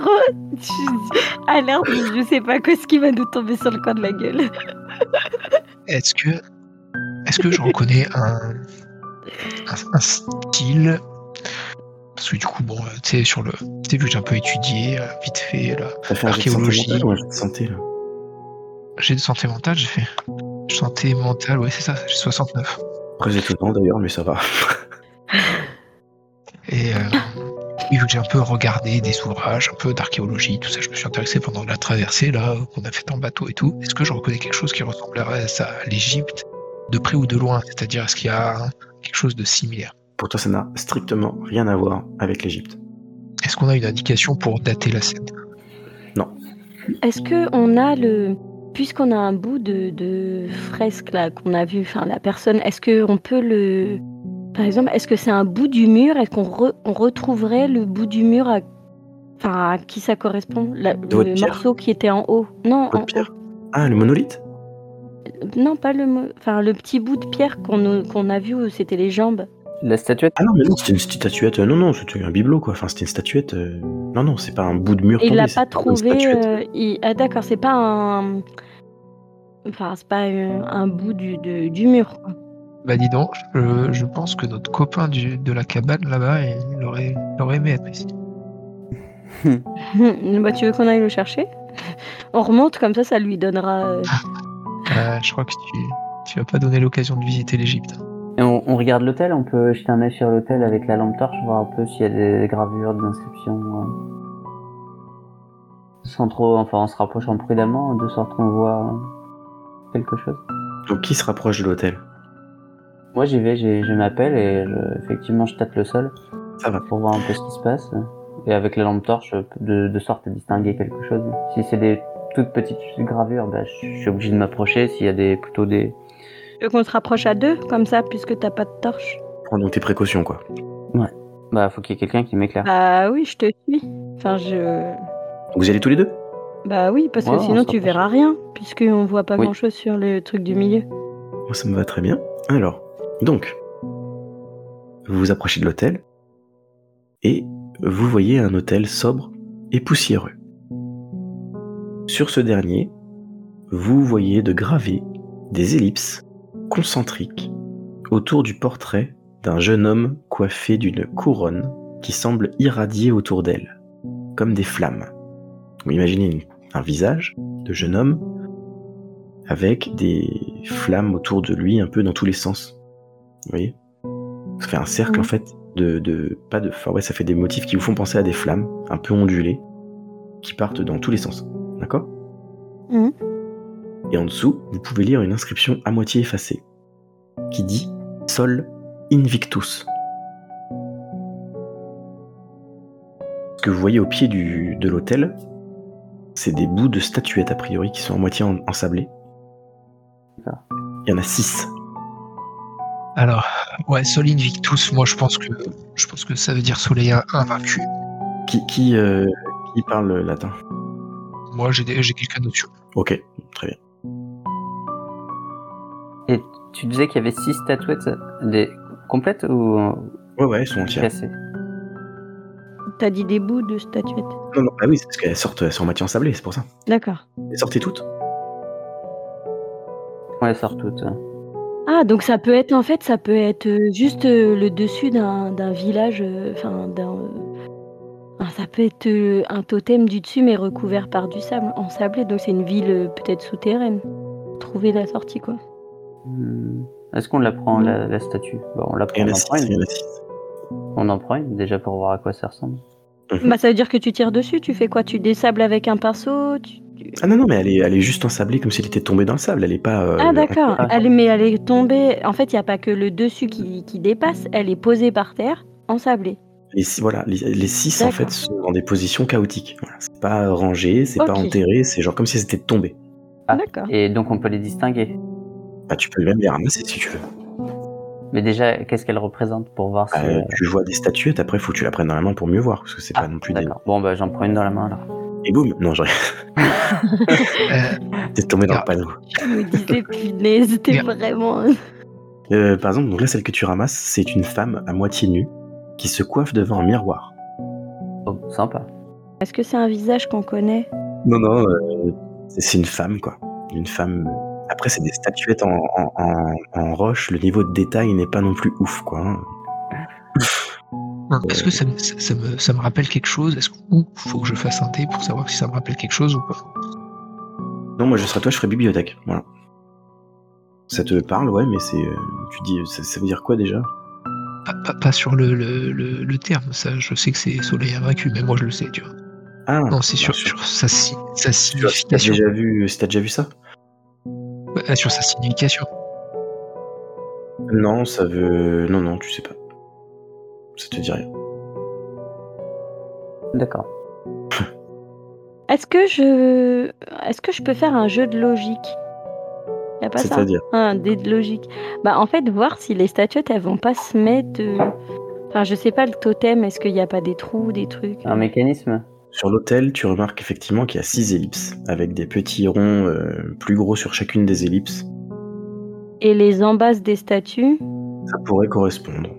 [SPEAKER 3] Je suis alerte, je sais pas quoi ce qui va nous tomber sur le coin de la gueule.
[SPEAKER 4] Est-ce que, est-ce que je reconnais un, un- un style Parce que du coup, bon, euh, tu sais, sur le, tu sais, vu que j'ai un peu étudié, euh, vite fait, là,
[SPEAKER 1] Ça fait un jet de santé
[SPEAKER 4] Archéologie.
[SPEAKER 1] mentale ou un jet de santé, là
[SPEAKER 4] j'ai de santé mentale, j'ai fait. Santé mentale, ouais, c'est ça, j'ai 69.
[SPEAKER 1] Très étonnant d'ailleurs, mais ça va.
[SPEAKER 4] Et euh, oui, vu que j'ai un peu regardé des ouvrages, un peu d'archéologie, tout ça, je me suis intéressé pendant la traversée là qu'on a faite en bateau et tout. Est-ce que je reconnais quelque chose qui ressemblerait à ça, à l'Égypte, de près ou de loin C'est-à-dire, est-ce qu'il y a quelque chose de similaire
[SPEAKER 1] Pour toi, ça n'a strictement rien à voir avec l'Égypte.
[SPEAKER 4] Est-ce qu'on a une indication pour dater la scène
[SPEAKER 3] Est-ce que on a le. Puisqu'on a un bout de, de fresque là qu'on a vu, enfin la personne, est-ce que on peut le. Par exemple, est-ce que c'est un bout du mur Est-ce qu'on re- on retrouverait le bout du mur à. Enfin, à qui ça correspond La-
[SPEAKER 1] votre
[SPEAKER 3] Le
[SPEAKER 1] pierre.
[SPEAKER 3] morceau qui était en haut Non,
[SPEAKER 1] Votre
[SPEAKER 3] en-
[SPEAKER 1] pierre. Ah, le monolithe
[SPEAKER 3] non pas le. mo- Enfin, le petit bout de pierre qu'on qu'on a vu où c'était les jambes.
[SPEAKER 5] La statuette.
[SPEAKER 1] Ah non, mais non, c'était une statuette. Euh, Non, non, c'était un bibelot, quoi. Enfin, c'était une statuette. euh, Non, non, c'est pas un bout de mur.
[SPEAKER 3] Et il
[SPEAKER 1] tombé,
[SPEAKER 3] l'a
[SPEAKER 1] c'est
[SPEAKER 3] pas
[SPEAKER 1] une
[SPEAKER 3] trouvé.
[SPEAKER 1] statuette.
[SPEAKER 3] euh, il- Ah d'accord, c'est pas un. Enfin, c'est pas euh, un bout du, de- du mur. quoi.
[SPEAKER 4] Bah dis donc, je, je pense que notre copain du, de la cabane là-bas, il aurait, il aurait aimé être ici.
[SPEAKER 3] Hum, bah, tu veux qu'on aille le chercher on remonte comme ça, ça lui donnera. euh,
[SPEAKER 4] Euh, je crois que tu, tu vas pas donner l'occasion de visiter l'Égypte.
[SPEAKER 5] Et on, on regarde l'hôtel, on peut jeter un œil sur l'hôtel avec la lampe torche, voir un peu s'il y a des gravures, des inscriptions. euh. Sans trop, enfin en se rapprochant prudemment, de sorte qu'on voit euh, quelque chose.
[SPEAKER 1] Donc qui se rapproche de l'hôtel
[SPEAKER 5] Moi j'y vais, j'ai- je m'appelle et je- effectivement je tâte le sol
[SPEAKER 1] Ça va.
[SPEAKER 5] pour voir un peu ce qui se passe. Et avec la lampe torche, de, de sorte à distinguer quelque chose. Si c'est des toutes petites gravures, bah, je je suis obligé de m'approcher. S'il y a des plutôt des...
[SPEAKER 3] Tu veux qu'on se rapproche à deux, comme ça, puisque t'as pas de torche
[SPEAKER 1] Prends donc tes précautions, quoi.
[SPEAKER 5] Bah faut qu'il y ait quelqu'un qui m'éclaire.
[SPEAKER 3] Bah oui, je te suis. Enfin, je.
[SPEAKER 1] Vous y allez tous les deux
[SPEAKER 3] Bah oui, parce que
[SPEAKER 5] Ouais, on
[SPEAKER 3] sinon
[SPEAKER 5] se
[SPEAKER 3] tu
[SPEAKER 5] rapproche.
[SPEAKER 3] verras rien, puisqu'on voit pas
[SPEAKER 5] Oui.
[SPEAKER 3] grand chose sur le truc du milieu.
[SPEAKER 1] Moi, ça me va très bien. Alors, donc, vous vous approchez de l'hôtel et vous voyez un hôtel sobre et poussiéreux. Sur ce dernier, vous voyez de graver des ellipses concentriques autour du portrait d'un jeune homme coiffé d'une couronne qui semble irradier autour d'elle, comme des flammes. Vous imaginez une- un visage de jeune homme avec des flammes autour de lui un peu dans tous les sens. Vous voyez Ça fait un cercle
[SPEAKER 3] Mhm.
[SPEAKER 1] en fait de, de pas de enfin, ouais, ça fait des motifs qui vous font penser à des flammes un peu ondulées qui partent dans tous les sens. D'accord
[SPEAKER 3] Mhm.
[SPEAKER 1] Et en dessous, vous pouvez lire une inscription à moitié effacée qui dit Sol Invictus. Ce que vous voyez au pied du, de l'autel, c'est des bouts de statuettes a priori qui sont à moitié en- ensablées.
[SPEAKER 5] D'accord.
[SPEAKER 1] Il y en a six.
[SPEAKER 4] Alors, ouais, Sol Invictus, moi je pense que je pense que ça veut dire soleil invaincu.
[SPEAKER 1] Qui, qui, euh, qui parle latin
[SPEAKER 4] Moi j'ai des- j'ai quelqu'un d'autre.
[SPEAKER 1] Ok.
[SPEAKER 5] Et tu disais qu'il y avait six statuettes des... complètes ou euh,
[SPEAKER 1] Ouais, ouais, elles sont entières.
[SPEAKER 5] cassées
[SPEAKER 3] T'as dit des bouts de statuettes.
[SPEAKER 1] Non, non, bah oui, c'est parce qu'elles sortent, elles sont à moitié ensablées, c'est pour ça.
[SPEAKER 3] D'accord.
[SPEAKER 1] Elles sortez toutes
[SPEAKER 5] On les sort toutes.
[SPEAKER 3] Ah, donc ça peut être, en fait, ça peut être euh, juste euh, le dessus d'un d'un village, euh, enfin, d'un. euh, ah, ça peut être euh, un totem du dessus, mais recouvert par du sable, ensablé. Donc c'est une ville euh, peut-être souterraine. Trouver la sortie, quoi.
[SPEAKER 5] Hmm. Est-ce qu'on la prend la, la statue Bon, on la
[SPEAKER 1] Il y en
[SPEAKER 3] Ah,
[SPEAKER 5] prend, on
[SPEAKER 1] a
[SPEAKER 5] en
[SPEAKER 1] six.
[SPEAKER 5] prend
[SPEAKER 1] Il y
[SPEAKER 5] une.
[SPEAKER 1] en a six.
[SPEAKER 5] On en prend une déjà pour voir à quoi ça ressemble.
[SPEAKER 3] Bah, ça veut dire que tu tires dessus. Tu fais quoi Tu désables avec un pinceau tu- tu-
[SPEAKER 1] Ah non, non, mais elle est, elle est juste ensablée comme si elle était tombée dans le sable. Elle est pas. euh,
[SPEAKER 3] Ah, d'accord.
[SPEAKER 5] ah.
[SPEAKER 3] Elle est- Mais elle est tombée. En fait, il n'y a pas que le dessus qui, qui dépasse. Elle est posée par terre, ensablée.
[SPEAKER 1] Les six, voilà, les, les six en fait
[SPEAKER 3] D'accord.
[SPEAKER 1] sont dans des positions chaotiques. Voilà, c'est pas rangé, c'est pas
[SPEAKER 3] Ok.
[SPEAKER 1] enterré, c'est genre comme si c'était tombé.
[SPEAKER 5] Ah.
[SPEAKER 3] D'accord.
[SPEAKER 5] Et donc on peut les distinguer.
[SPEAKER 1] Bah, tu peux même les ramasser si tu veux.
[SPEAKER 5] Mais déjà, qu'est-ce qu'elles représentent pour voir si.
[SPEAKER 3] Ah,
[SPEAKER 1] Euh,
[SPEAKER 5] euh,
[SPEAKER 1] tu vois des statuettes, après faut que tu la prennes dans la main pour mieux voir, parce que c'est pas
[SPEAKER 5] ah,
[SPEAKER 1] non plus des.
[SPEAKER 5] D'accord. Bon, bah j'en prends une dans la main alors.
[SPEAKER 1] Et boum Non, j'ai
[SPEAKER 4] Euh,
[SPEAKER 1] t'es tombé
[SPEAKER 3] Ah.
[SPEAKER 1] dans le panneau.
[SPEAKER 3] Je me disais, punaise, t'es
[SPEAKER 4] Merde.
[SPEAKER 3] vraiment.
[SPEAKER 1] Euh, par exemple, donc là, celle que tu ramasses, c'est une femme à moitié nue qui se coiffe devant un miroir.
[SPEAKER 5] Oh, sympa.
[SPEAKER 3] Est-ce que c'est un visage qu'on connaît
[SPEAKER 1] Non, non, euh, c'est- c'est une femme, quoi. Une femme. Après, c'est des statuettes en, en- en- en roche, le niveau de détail n'est pas non plus ouf, quoi. hein.
[SPEAKER 4] Est-ce que ça me, ça, ça me, ça me rappelle quelque chose Est-ce qu'il faut que je fasse un thé pour savoir si ça me rappelle quelque chose ou pas
[SPEAKER 1] Non, moi, je serais toi, je ferais bibliothèque, voilà. Ça te parle, ouais, mais c'est. euh, Tu dis, ça, ça veut dire quoi déjà
[SPEAKER 4] pas, pas- pas sur le, le, le- le terme, ça je sais que c'est soleil invaincu, mais moi je le sais, tu vois.
[SPEAKER 1] Ah,
[SPEAKER 4] Non, c'est sur,
[SPEAKER 1] sûr.
[SPEAKER 4] sur sa, si-
[SPEAKER 1] tu as
[SPEAKER 4] sa
[SPEAKER 1] t'as
[SPEAKER 4] signification.
[SPEAKER 1] déjà vu, si t'as déjà vu ça
[SPEAKER 4] Ouais, sur sa signification.
[SPEAKER 1] Non, ça veut. Non, non, tu sais pas. Ça te dit rien.
[SPEAKER 5] D'accord.
[SPEAKER 3] Est-ce que je. Est-ce que je peux faire un jeu de logique Y a pas ça
[SPEAKER 1] C'est-à-dire
[SPEAKER 3] Un dé de logique. Bah, en fait, voir si les statuettes, elles vont pas se mettre. euh, Enfin, je sais pas, le totem, est-ce qu'il n'y a pas des trous, des trucs
[SPEAKER 5] Un mécanisme
[SPEAKER 1] Sur l'hôtel, tu remarques effectivement qu'il y a six ellipses, avec des petits ronds euh, plus gros sur chacune des ellipses.
[SPEAKER 3] Et les embasses des statues
[SPEAKER 1] Ça pourrait correspondre.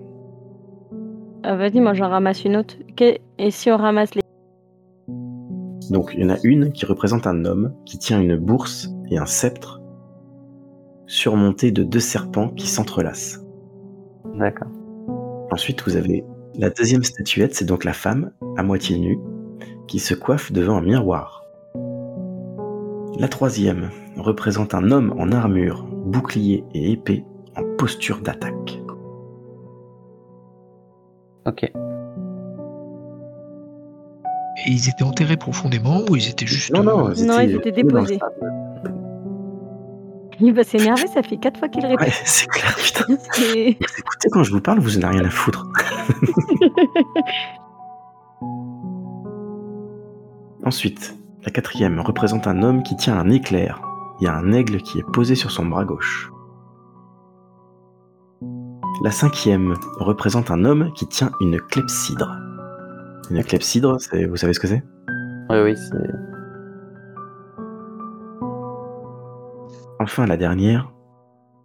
[SPEAKER 3] Ah, Vas-y, moi j'en ramasse une autre. Que- Et si on ramasse les.
[SPEAKER 1] Donc il y en a une qui représente un homme qui tient une bourse et un sceptre surmontés de deux serpents qui s'entrelacent.
[SPEAKER 5] D'accord.
[SPEAKER 1] Ensuite, vous avez la deuxième statuette, c'est donc la femme, à moitié nue, qui se coiffe devant un miroir. La troisième représente un homme en armure, bouclier et épée en posture d'attaque.
[SPEAKER 5] Ok.
[SPEAKER 4] Et ils étaient enterrés profondément ou ils étaient juste. euh,
[SPEAKER 1] Non, non,
[SPEAKER 3] Non, ils étaient
[SPEAKER 1] dans le
[SPEAKER 3] déposés.
[SPEAKER 1] sable.
[SPEAKER 3] Il va s'énerver, ça fait quatre fois qu'il
[SPEAKER 1] Ouais,
[SPEAKER 3] répète.
[SPEAKER 1] c'est clair, putain.
[SPEAKER 3] C'est-
[SPEAKER 1] Écoutez, quand je vous parle, vous n'avez rien à foutre. Ensuite, la quatrième représente un homme qui tient un éclair. Il y a un aigle qui est posé sur son bras gauche. La cinquième représente un homme qui tient une clepsydre. Une clepsydre, c'est- vous savez ce que c'est
[SPEAKER 5] Oui, oui, c'est.
[SPEAKER 1] Enfin, la dernière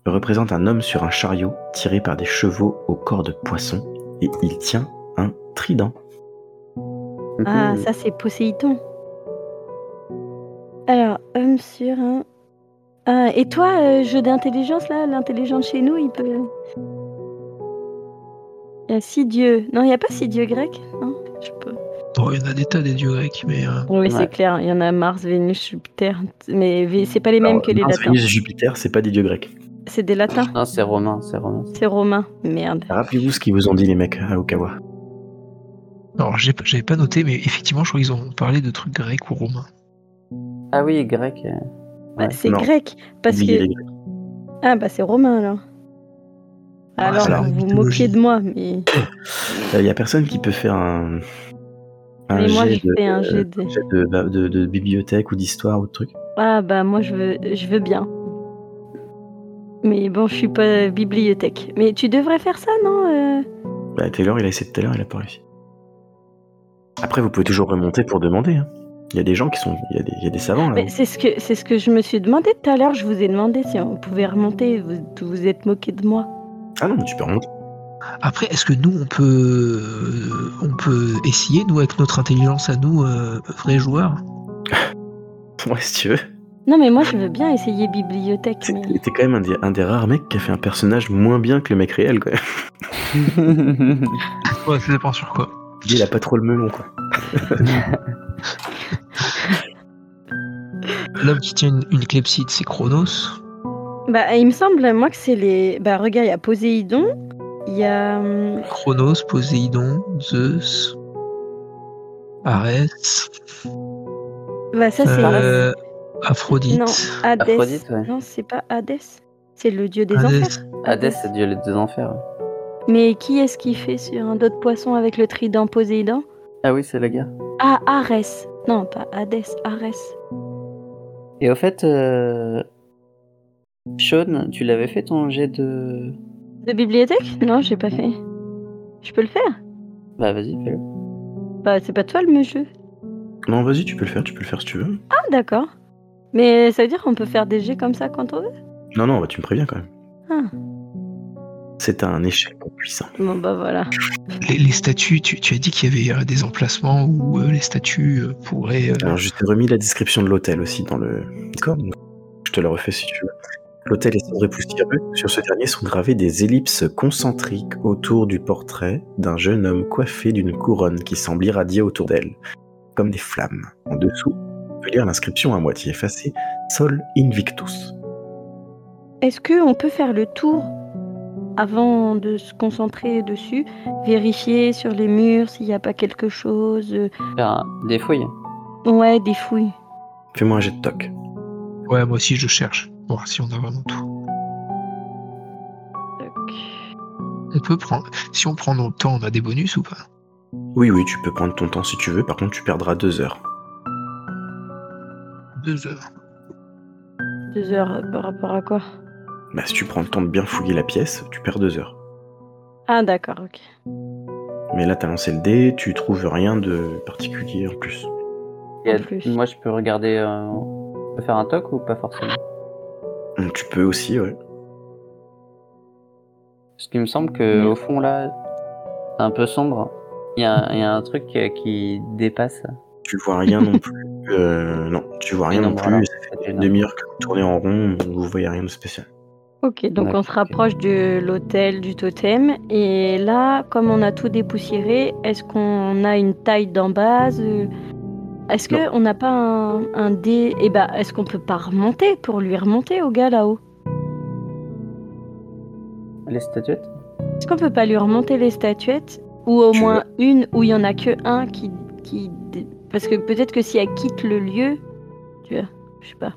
[SPEAKER 1] représente un homme sur un chariot tiré par des chevaux au corps de poisson et il tient un trident.
[SPEAKER 3] Ah,
[SPEAKER 5] Mhm.
[SPEAKER 1] euh,
[SPEAKER 3] ça c'est Poséidon. Alors, homme sur un. Ah, et toi, euh, jeu d'intelligence là, l'intelligence chez nous, il peut. euh, Il y a six dieux. Non, il n'y a pas six dieux grecs. Non, je sais pas.
[SPEAKER 4] Bon, il y en a des tas des dieux grecs, mais. euh,
[SPEAKER 3] Oui,
[SPEAKER 5] Ouais.
[SPEAKER 3] c'est clair. Il y en a Mars, Vénus, Jupiter. Mais Vé- c'est pas les mêmes
[SPEAKER 1] Alors,
[SPEAKER 3] que les
[SPEAKER 1] Mars,
[SPEAKER 3] latins.
[SPEAKER 1] Vénus, Jupiter, c'est pas des dieux grecs.
[SPEAKER 3] C'est des latins.
[SPEAKER 5] Non, c'est romain, c'est romain.
[SPEAKER 3] C'est romain. Merde.
[SPEAKER 1] Rappelez-vous ce qu'ils vous ont dit les mecs à Okawa.
[SPEAKER 4] Alors, j'ai- j'avais pas noté, mais effectivement, je crois qu'ils ont parlé de trucs grecs ou romains.
[SPEAKER 5] Ah oui, grec. euh,
[SPEAKER 3] Bah,
[SPEAKER 5] Ouais,
[SPEAKER 3] c'est
[SPEAKER 1] non.
[SPEAKER 3] grec. Parce
[SPEAKER 1] Oubliez
[SPEAKER 3] que.
[SPEAKER 1] les Grecs.
[SPEAKER 3] Ah, bah c'est romain alors.
[SPEAKER 4] Ah,
[SPEAKER 3] Alors,
[SPEAKER 1] c'est la
[SPEAKER 3] vous vous
[SPEAKER 4] mythologie.
[SPEAKER 3] moquez de moi, mais.
[SPEAKER 1] Euh, Il y a personne qui peut faire un, un
[SPEAKER 3] Mais moi,
[SPEAKER 1] jet euh,
[SPEAKER 3] j'ai fait un jet de.
[SPEAKER 1] jet de, bah, de- de bibliothèque ou d'histoire ou de truc.
[SPEAKER 3] Ah bah moi je veux, je veux bien. Mais bon, je suis pas bibliothèque. Mais tu devrais faire ça, non euh
[SPEAKER 1] Bah, Taylor, il a essayé tout à l'heure, il a pas réussi. Après, vous pouvez toujours remonter pour demander. hein. Il y a des gens qui sont. Il y a des, il y a des savants là.
[SPEAKER 3] Mais c'est ce que c'est ce que je me suis demandé tout à l'heure. Je vous ai demandé si on pouvait remonter. Vous vous êtes moqué de moi.
[SPEAKER 1] Ah non, tu peux remonter.
[SPEAKER 4] Après, est-ce que nous, on peut, euh, on peut essayer, nous, avec notre intelligence à nous, euh, vrais joueurs
[SPEAKER 1] Ouais, si tu veux.
[SPEAKER 3] Non mais moi je veux bien essayer bibliothèque.
[SPEAKER 1] C'est-
[SPEAKER 3] mais-
[SPEAKER 1] T'es quand même un des, un des rares mecs qui a fait un personnage moins bien que le mec réel, quoi.
[SPEAKER 4] Ouais, ça dépend sur quoi.
[SPEAKER 1] Lui, Il a pas trop le melon, quoi.
[SPEAKER 4] L'homme qui tient une, une clepsydre, c'est Chronos.
[SPEAKER 3] Bah il me semble moi que c'est les. Bah regarde, il y a Poséidon, il y a hum,
[SPEAKER 4] Chronos, Poséidon, Zeus, Arès,
[SPEAKER 3] bah ça c'est
[SPEAKER 4] euh, Aphrodite.
[SPEAKER 3] non Hadès.
[SPEAKER 5] Aphrodite, ouais.
[SPEAKER 3] Non c'est pas Hadès. C'est le dieu des
[SPEAKER 4] Hadès.
[SPEAKER 3] enfers.
[SPEAKER 5] Hadès, c'est Dieu des enfers.
[SPEAKER 3] Mais qui est-ce qui fait sur un dos de poisson avec le trident Poséidon
[SPEAKER 5] Ah oui, c'est le gars.
[SPEAKER 3] Ah, Arès. Non, pas Hadès, Arès.
[SPEAKER 5] Et au fait, euh... Sean, tu l'avais fait ton jet de.
[SPEAKER 3] De bibliothèque Non, j'ai pas fait. Je peux le faire
[SPEAKER 5] Bah vas-y, fais-le.
[SPEAKER 3] Bah, c'est pas toi le jeu.
[SPEAKER 1] Non, vas-y, tu peux le faire, tu peux le faire si tu veux.
[SPEAKER 3] Ah, d'accord. Mais ça veut dire qu'on peut faire des jets comme ça quand on veut
[SPEAKER 1] Non, non, bah, tu me préviens quand même.
[SPEAKER 3] Ah.
[SPEAKER 1] C'est un échec puissant.
[SPEAKER 3] Bon, bah voilà.
[SPEAKER 4] Les, les statues, tu, tu as dit qu'il y avait euh, des emplacements où euh, les statues euh, pourraient. euh,
[SPEAKER 1] Alors, je t'ai remis la description de l'hôtel aussi dans le Discord. donc Je te la refais si tu veux. L'hôtel est cendré poussiéreux. Sur ce dernier sont gravées des ellipses concentriques autour du portrait d'un jeune homme coiffé d'une couronne qui semble irradier autour d'elle, comme des flammes. En dessous, on peut lire l'inscription à moitié effacée Sol Invictus.
[SPEAKER 3] Est-ce qu'on peut faire le tour avant de se concentrer dessus Vérifier sur les murs s'il n'y a pas quelque chose euh,
[SPEAKER 5] Faire un- des fouilles.
[SPEAKER 3] Ouais, des fouilles.
[SPEAKER 1] Fais-moi un jet de toc.
[SPEAKER 4] Ouais, moi aussi, je cherche. Voir si on a vraiment tout.
[SPEAKER 3] Toc.
[SPEAKER 4] On peut prendre. Si on prend notre temps, on a des bonus ou pas
[SPEAKER 1] Oui, oui, tu peux prendre ton temps si tu veux. Par contre, tu perdras deux heures.
[SPEAKER 4] Deux heures.
[SPEAKER 3] Deux heures euh, par rapport à quoi
[SPEAKER 1] Bah, si tu prends le temps de bien fouiller la pièce, tu perds deux heures.
[SPEAKER 3] Ah, d'accord, ok.
[SPEAKER 1] Mais là, t'as lancé le dé, tu trouves rien de particulier en plus.
[SPEAKER 5] Et,
[SPEAKER 3] En
[SPEAKER 5] euh,
[SPEAKER 3] plus.
[SPEAKER 5] Moi, je peux regarder. euh, On peut faire un toc ou pas forcément
[SPEAKER 1] Donc, tu peux aussi, ouais.
[SPEAKER 5] Parce qu'il me semble que au fond là, c'est un peu sombre. Il y, a il y a un truc euh, qui dépasse.
[SPEAKER 1] Tu vois rien non plus. euh, non, tu vois rien
[SPEAKER 5] Et
[SPEAKER 1] non,
[SPEAKER 5] non,
[SPEAKER 1] plus.
[SPEAKER 5] voilà.
[SPEAKER 1] Ça fait une demi-heure que vous tournez en rond, vous voyez rien de spécial.
[SPEAKER 3] Ok, donc on se rapproche de l'hôtel du totem. Et là, comme on a tout dépoussiéré, est-ce qu'on a une taille d'en base euh, Est-ce que on n'a pas un, un dé Eh ben, est-ce qu'on peut pas remonter pour lui remonter au gars là-haut
[SPEAKER 5] Les statuettes
[SPEAKER 3] Est-ce qu'on peut pas lui remonter les statuettes Ou au
[SPEAKER 1] Tu
[SPEAKER 3] moins une où il y en a que un qui. qui... dé- Parce que peut-être que si elle quitte le lieu. Tu vois, je sais pas.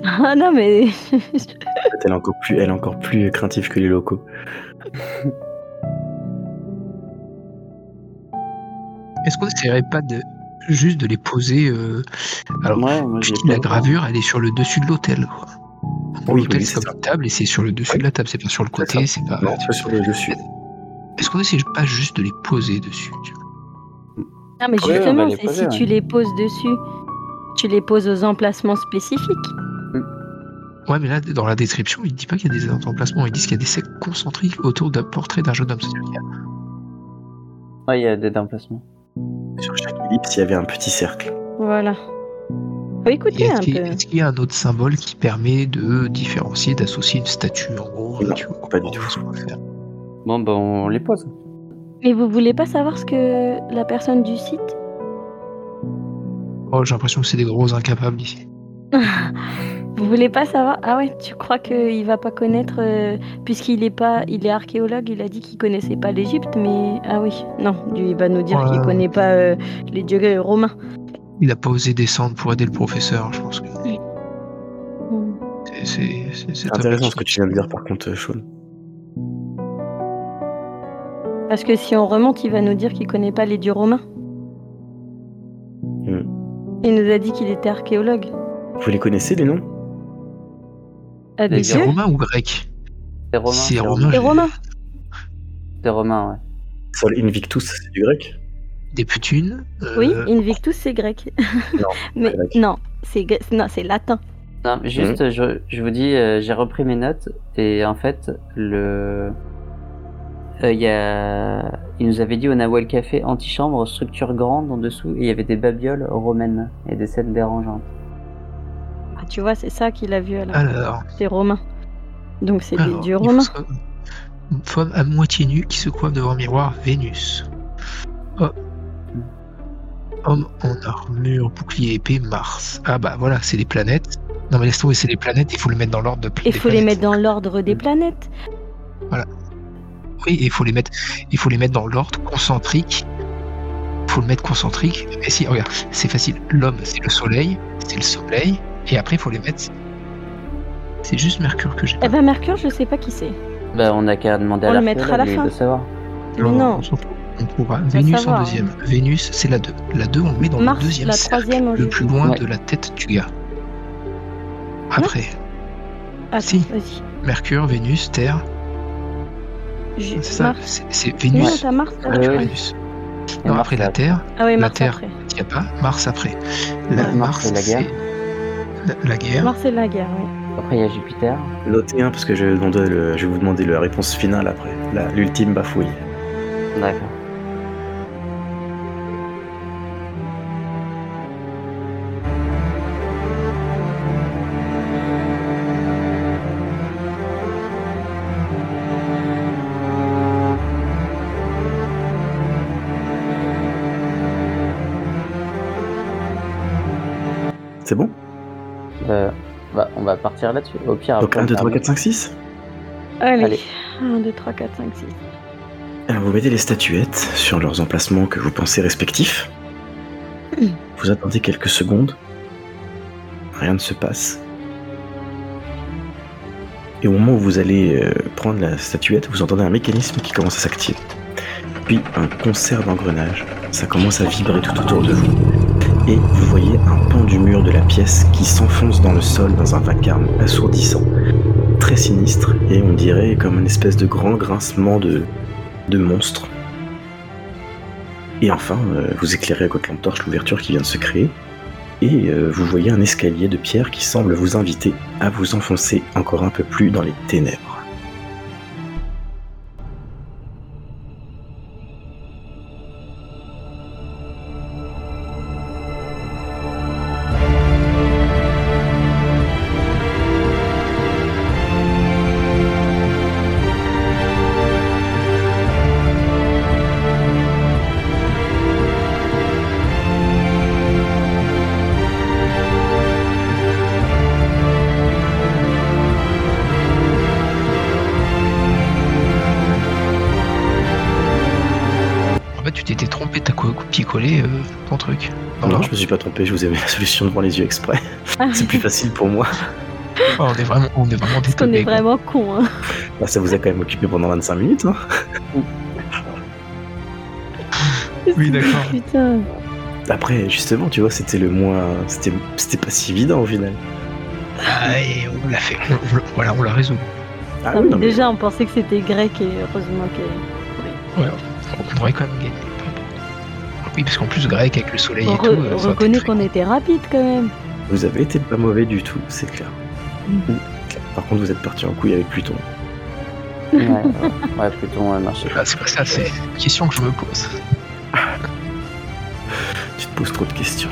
[SPEAKER 3] ah non, mais.
[SPEAKER 1] Peut-être Elle est encore plus, elle est encore plus craintive que les locaux.
[SPEAKER 4] Est-ce qu'on essaierait pas de juste de les poser euh, Alors,
[SPEAKER 5] Ouais, moi, j'ai
[SPEAKER 4] la
[SPEAKER 5] pas-
[SPEAKER 4] gravure, elle est sur le dessus de l'hôtel. quoi. Pour
[SPEAKER 1] Oui,
[SPEAKER 4] l'hôtel,
[SPEAKER 1] oui,
[SPEAKER 4] c'est
[SPEAKER 1] c'est
[SPEAKER 4] comme une table et c'est sur le dessus de la table, c'est pas sur le côté, c'est pas.
[SPEAKER 1] Non, c'est sur le dessus.
[SPEAKER 4] Est-ce qu'on essaie pas juste de les poser dessus tu vois
[SPEAKER 3] Ah, mais
[SPEAKER 5] Ouais, on
[SPEAKER 3] justement,
[SPEAKER 5] va les
[SPEAKER 3] c'est
[SPEAKER 5] poser,
[SPEAKER 3] si
[SPEAKER 5] ouais.
[SPEAKER 3] tu les poses dessus, tu les poses aux emplacements spécifiques.
[SPEAKER 4] Ouais, mais là, dans la description, il dit pas qu'il y a des emplacements, il dit qu'il y a des sectes concentriques autour d'un portrait d'un jeune homme. C'est-à-dire qu'il y a-
[SPEAKER 5] Ouais, il y a des emplacements.
[SPEAKER 1] Sur chaque ellipse, il y avait un petit cercle.
[SPEAKER 3] Voilà. Faut écouter un
[SPEAKER 4] Est-ce qu'il y, a-
[SPEAKER 3] peu.
[SPEAKER 4] est-ce qu'il y a un autre symbole qui permet de différencier, d'associer une statue en gros
[SPEAKER 1] Non,
[SPEAKER 4] tu vois,
[SPEAKER 1] pas du
[SPEAKER 4] on
[SPEAKER 1] tout.
[SPEAKER 4] va faire.
[SPEAKER 5] Bon, bah, on les pose.
[SPEAKER 3] Mais vous voulez pas savoir ce que la personne du site
[SPEAKER 4] Oh, j'ai l'impression que c'est des gros incapables ici.
[SPEAKER 3] Vous voulez pas savoir Ah ouais, tu crois qu'il va pas connaître euh, puisqu'il est pas, il est archéologue. Il a dit qu'il connaissait pas l'Égypte, mais ah oui, non, lui, il va nous dire
[SPEAKER 4] Ouais,
[SPEAKER 3] qu'il
[SPEAKER 4] ouais.
[SPEAKER 3] connaît pas euh, les dieux euh, romains.
[SPEAKER 4] Il a pas osé descendre pour aider le professeur, je pense que
[SPEAKER 3] Hmm.
[SPEAKER 4] c'est- c'est c'est- c'est
[SPEAKER 1] C'est intéressant ce que tu viens de dire par contre, euh, Sean.
[SPEAKER 3] Parce que si on remonte, il va nous dire qu'il connaît pas les dieux romains.
[SPEAKER 1] Hmm.
[SPEAKER 3] Il nous a dit qu'il était archéologue.
[SPEAKER 1] Vous les connaissez les noms
[SPEAKER 3] Ah,
[SPEAKER 4] Mais
[SPEAKER 3] des
[SPEAKER 4] C'est
[SPEAKER 3] dieux
[SPEAKER 4] romain ou grec
[SPEAKER 5] C'est romain.
[SPEAKER 4] C'est romain.
[SPEAKER 3] Des romains.
[SPEAKER 5] C'est romain, ouais.
[SPEAKER 1] Sol Invictus, c'est du grec
[SPEAKER 4] Des putunes euh,
[SPEAKER 3] Oui, Invictus, c'est grec.
[SPEAKER 1] Non,
[SPEAKER 3] mais
[SPEAKER 1] grec.
[SPEAKER 3] non, c'est gre- non, c'est latin.
[SPEAKER 5] Non, mais juste, je, je vous dis, euh, j'ai repris mes notes et en fait, le. euh, Il y a... Il nous avait dit au Nawal Café, antichambre, structure grande en dessous, et il y avait des babioles romaines et des scènes dérangeantes.
[SPEAKER 3] Ah, tu vois, c'est ça qu'il a vu alors.
[SPEAKER 4] Alors,
[SPEAKER 3] C'est romain. Donc c'est des
[SPEAKER 4] Ah. alors,
[SPEAKER 3] dieux
[SPEAKER 4] il faut
[SPEAKER 3] romains.
[SPEAKER 4] savoir- Une femme à moitié nue qui se coiffe devant un miroir, Vénus. Oh. Homme en armure, bouclier épée, Mars. Ah bah voilà, c'est les planètes. Non mais laisse tomber, c'est les planètes, il faut les mettre dans l'ordre de
[SPEAKER 3] Il
[SPEAKER 4] des
[SPEAKER 3] faut les
[SPEAKER 4] planètes.
[SPEAKER 3] mettre dans l'ordre des planètes.
[SPEAKER 4] Oui, il faut les mettre, il faut les mettre dans l'ordre concentrique. Il faut le mettre concentrique. Et si, regarde, c'est facile. L'homme, c'est le soleil, c'est le soleil, et après, il faut les mettre. C'est juste Mercure que j'ai
[SPEAKER 3] Eh
[SPEAKER 4] pas.
[SPEAKER 3] ben Mercure, je sais pas qui c'est.
[SPEAKER 5] Bah, on n'a qu'à demander
[SPEAKER 3] On
[SPEAKER 5] à
[SPEAKER 3] le mettra à la
[SPEAKER 5] l'archéologue lui,
[SPEAKER 3] fin.
[SPEAKER 5] de savoir.
[SPEAKER 3] mais
[SPEAKER 4] Non,
[SPEAKER 3] non.
[SPEAKER 4] on s'en fout. On pourra. Vénus en
[SPEAKER 3] savoir,
[SPEAKER 4] deuxième. Vénus, c'est la 2. La 2, on le met dans
[SPEAKER 3] Mars,
[SPEAKER 4] le deuxième
[SPEAKER 3] la
[SPEAKER 4] cercle,
[SPEAKER 3] troisième, on
[SPEAKER 4] le
[SPEAKER 3] le-
[SPEAKER 4] plus loin
[SPEAKER 5] Ouais.
[SPEAKER 4] de la tête du gars. Après,
[SPEAKER 3] Ah
[SPEAKER 4] Si.
[SPEAKER 3] vas-y.
[SPEAKER 4] Mercure, Vénus, Terre.
[SPEAKER 3] Je-
[SPEAKER 4] C'est ça,
[SPEAKER 3] Mars.
[SPEAKER 4] c'est c'est
[SPEAKER 3] Non,
[SPEAKER 4] Vénus.
[SPEAKER 3] t'as Mars. ah,
[SPEAKER 5] Ouais,
[SPEAKER 3] je
[SPEAKER 4] Mercure,
[SPEAKER 5] ouais.
[SPEAKER 3] crois.
[SPEAKER 4] Vénus.
[SPEAKER 5] Et
[SPEAKER 4] Non,
[SPEAKER 5] Mars,
[SPEAKER 4] après la
[SPEAKER 5] la-
[SPEAKER 4] Terre,
[SPEAKER 3] Ah oui,
[SPEAKER 4] La
[SPEAKER 3] Mars
[SPEAKER 4] Terre.
[SPEAKER 3] après.
[SPEAKER 4] il n'y a pas. Mars après. La
[SPEAKER 5] Ouais, Mars,
[SPEAKER 4] Mars,
[SPEAKER 5] c'est la guerre.
[SPEAKER 4] c'est la- la guerre.
[SPEAKER 3] Mars c'est la guerre. ouais.
[SPEAKER 5] Après, il y a Jupiter.
[SPEAKER 1] Notez un parce que je, vais demander le- je vais vous demander la réponse finale après, la- l'ultime bafouille.
[SPEAKER 5] D'accord.
[SPEAKER 1] C'est bon
[SPEAKER 5] Euh, bah, on va partir là-dessus. Au pire,
[SPEAKER 1] Donc
[SPEAKER 5] après.
[SPEAKER 1] 1, 2,
[SPEAKER 5] on
[SPEAKER 1] 3,
[SPEAKER 5] verra.
[SPEAKER 1] 4, 5, 6
[SPEAKER 3] Allez.
[SPEAKER 5] Allez.
[SPEAKER 3] 1, 2, 3, 4, 5, 6.
[SPEAKER 1] Alors, vous mettez les statuettes sur leurs emplacements que vous pensez respectifs. Vous attendez quelques secondes. Rien ne se passe. Et au moment où vous allez euh, prendre la statuette, vous entendez un mécanisme qui commence à s'activer. Puis un concert d'engrenages. Ça commence à vibrer tout autour de vous. Et vous voyez un pan du mur de la pièce qui s'enfonce dans le sol dans un vacarme assourdissant, très sinistre, et on dirait comme une espèce de grand grincement de, de monstres. Et enfin, euh, vous éclairez à votre lampe torche l'ouverture qui vient de se créer, et euh, vous voyez un escalier de pierre qui semble vous inviter à vous enfoncer encore un peu plus dans les ténèbres.
[SPEAKER 4] copier-coller euh, ton truc. dans
[SPEAKER 1] Non,
[SPEAKER 4] leur-
[SPEAKER 1] je me suis pas trompé, je vous ai mis la solution devant les yeux exprès.
[SPEAKER 3] Ah,
[SPEAKER 1] C'est plus facile pour moi.
[SPEAKER 4] Ah, on est vraiment, on est vraiment des
[SPEAKER 3] Parce qu'on est
[SPEAKER 4] teubés, quoi.
[SPEAKER 3] vraiment con. Hein.
[SPEAKER 1] Bah, ça vous a quand même occupé pendant 25 minutes, non
[SPEAKER 4] Oui, d'accord.
[SPEAKER 3] Putain.
[SPEAKER 1] Après, justement, tu vois, c'était le moins. C'était c'était pas si évident au final.
[SPEAKER 4] Ah, et on l'a fait. on- on- voilà, on l'a résolu.
[SPEAKER 1] Ah
[SPEAKER 3] Non,
[SPEAKER 1] oui,
[SPEAKER 3] mais
[SPEAKER 1] non, mais-
[SPEAKER 3] déjà, on pensait que c'était grec et heureusement que.
[SPEAKER 4] Ouais, on devrait quand même gagner. peu importe. Oui, parce qu'en plus, grec avec le soleil
[SPEAKER 3] On
[SPEAKER 4] et tout.
[SPEAKER 3] re-
[SPEAKER 4] euh, ça aurait
[SPEAKER 3] reconnaît
[SPEAKER 4] été très-
[SPEAKER 3] qu'on était rapide quand même.
[SPEAKER 1] Vous avez été pas mauvais du tout, c'est clair. Par contre, vous êtes parti en couille avec Pluton.
[SPEAKER 5] Ouais, ouais, ouais, Pluton a marché.
[SPEAKER 4] Ah, c'est pas ça, c'est une question que je me pose.
[SPEAKER 1] Tu te poses trop de questions.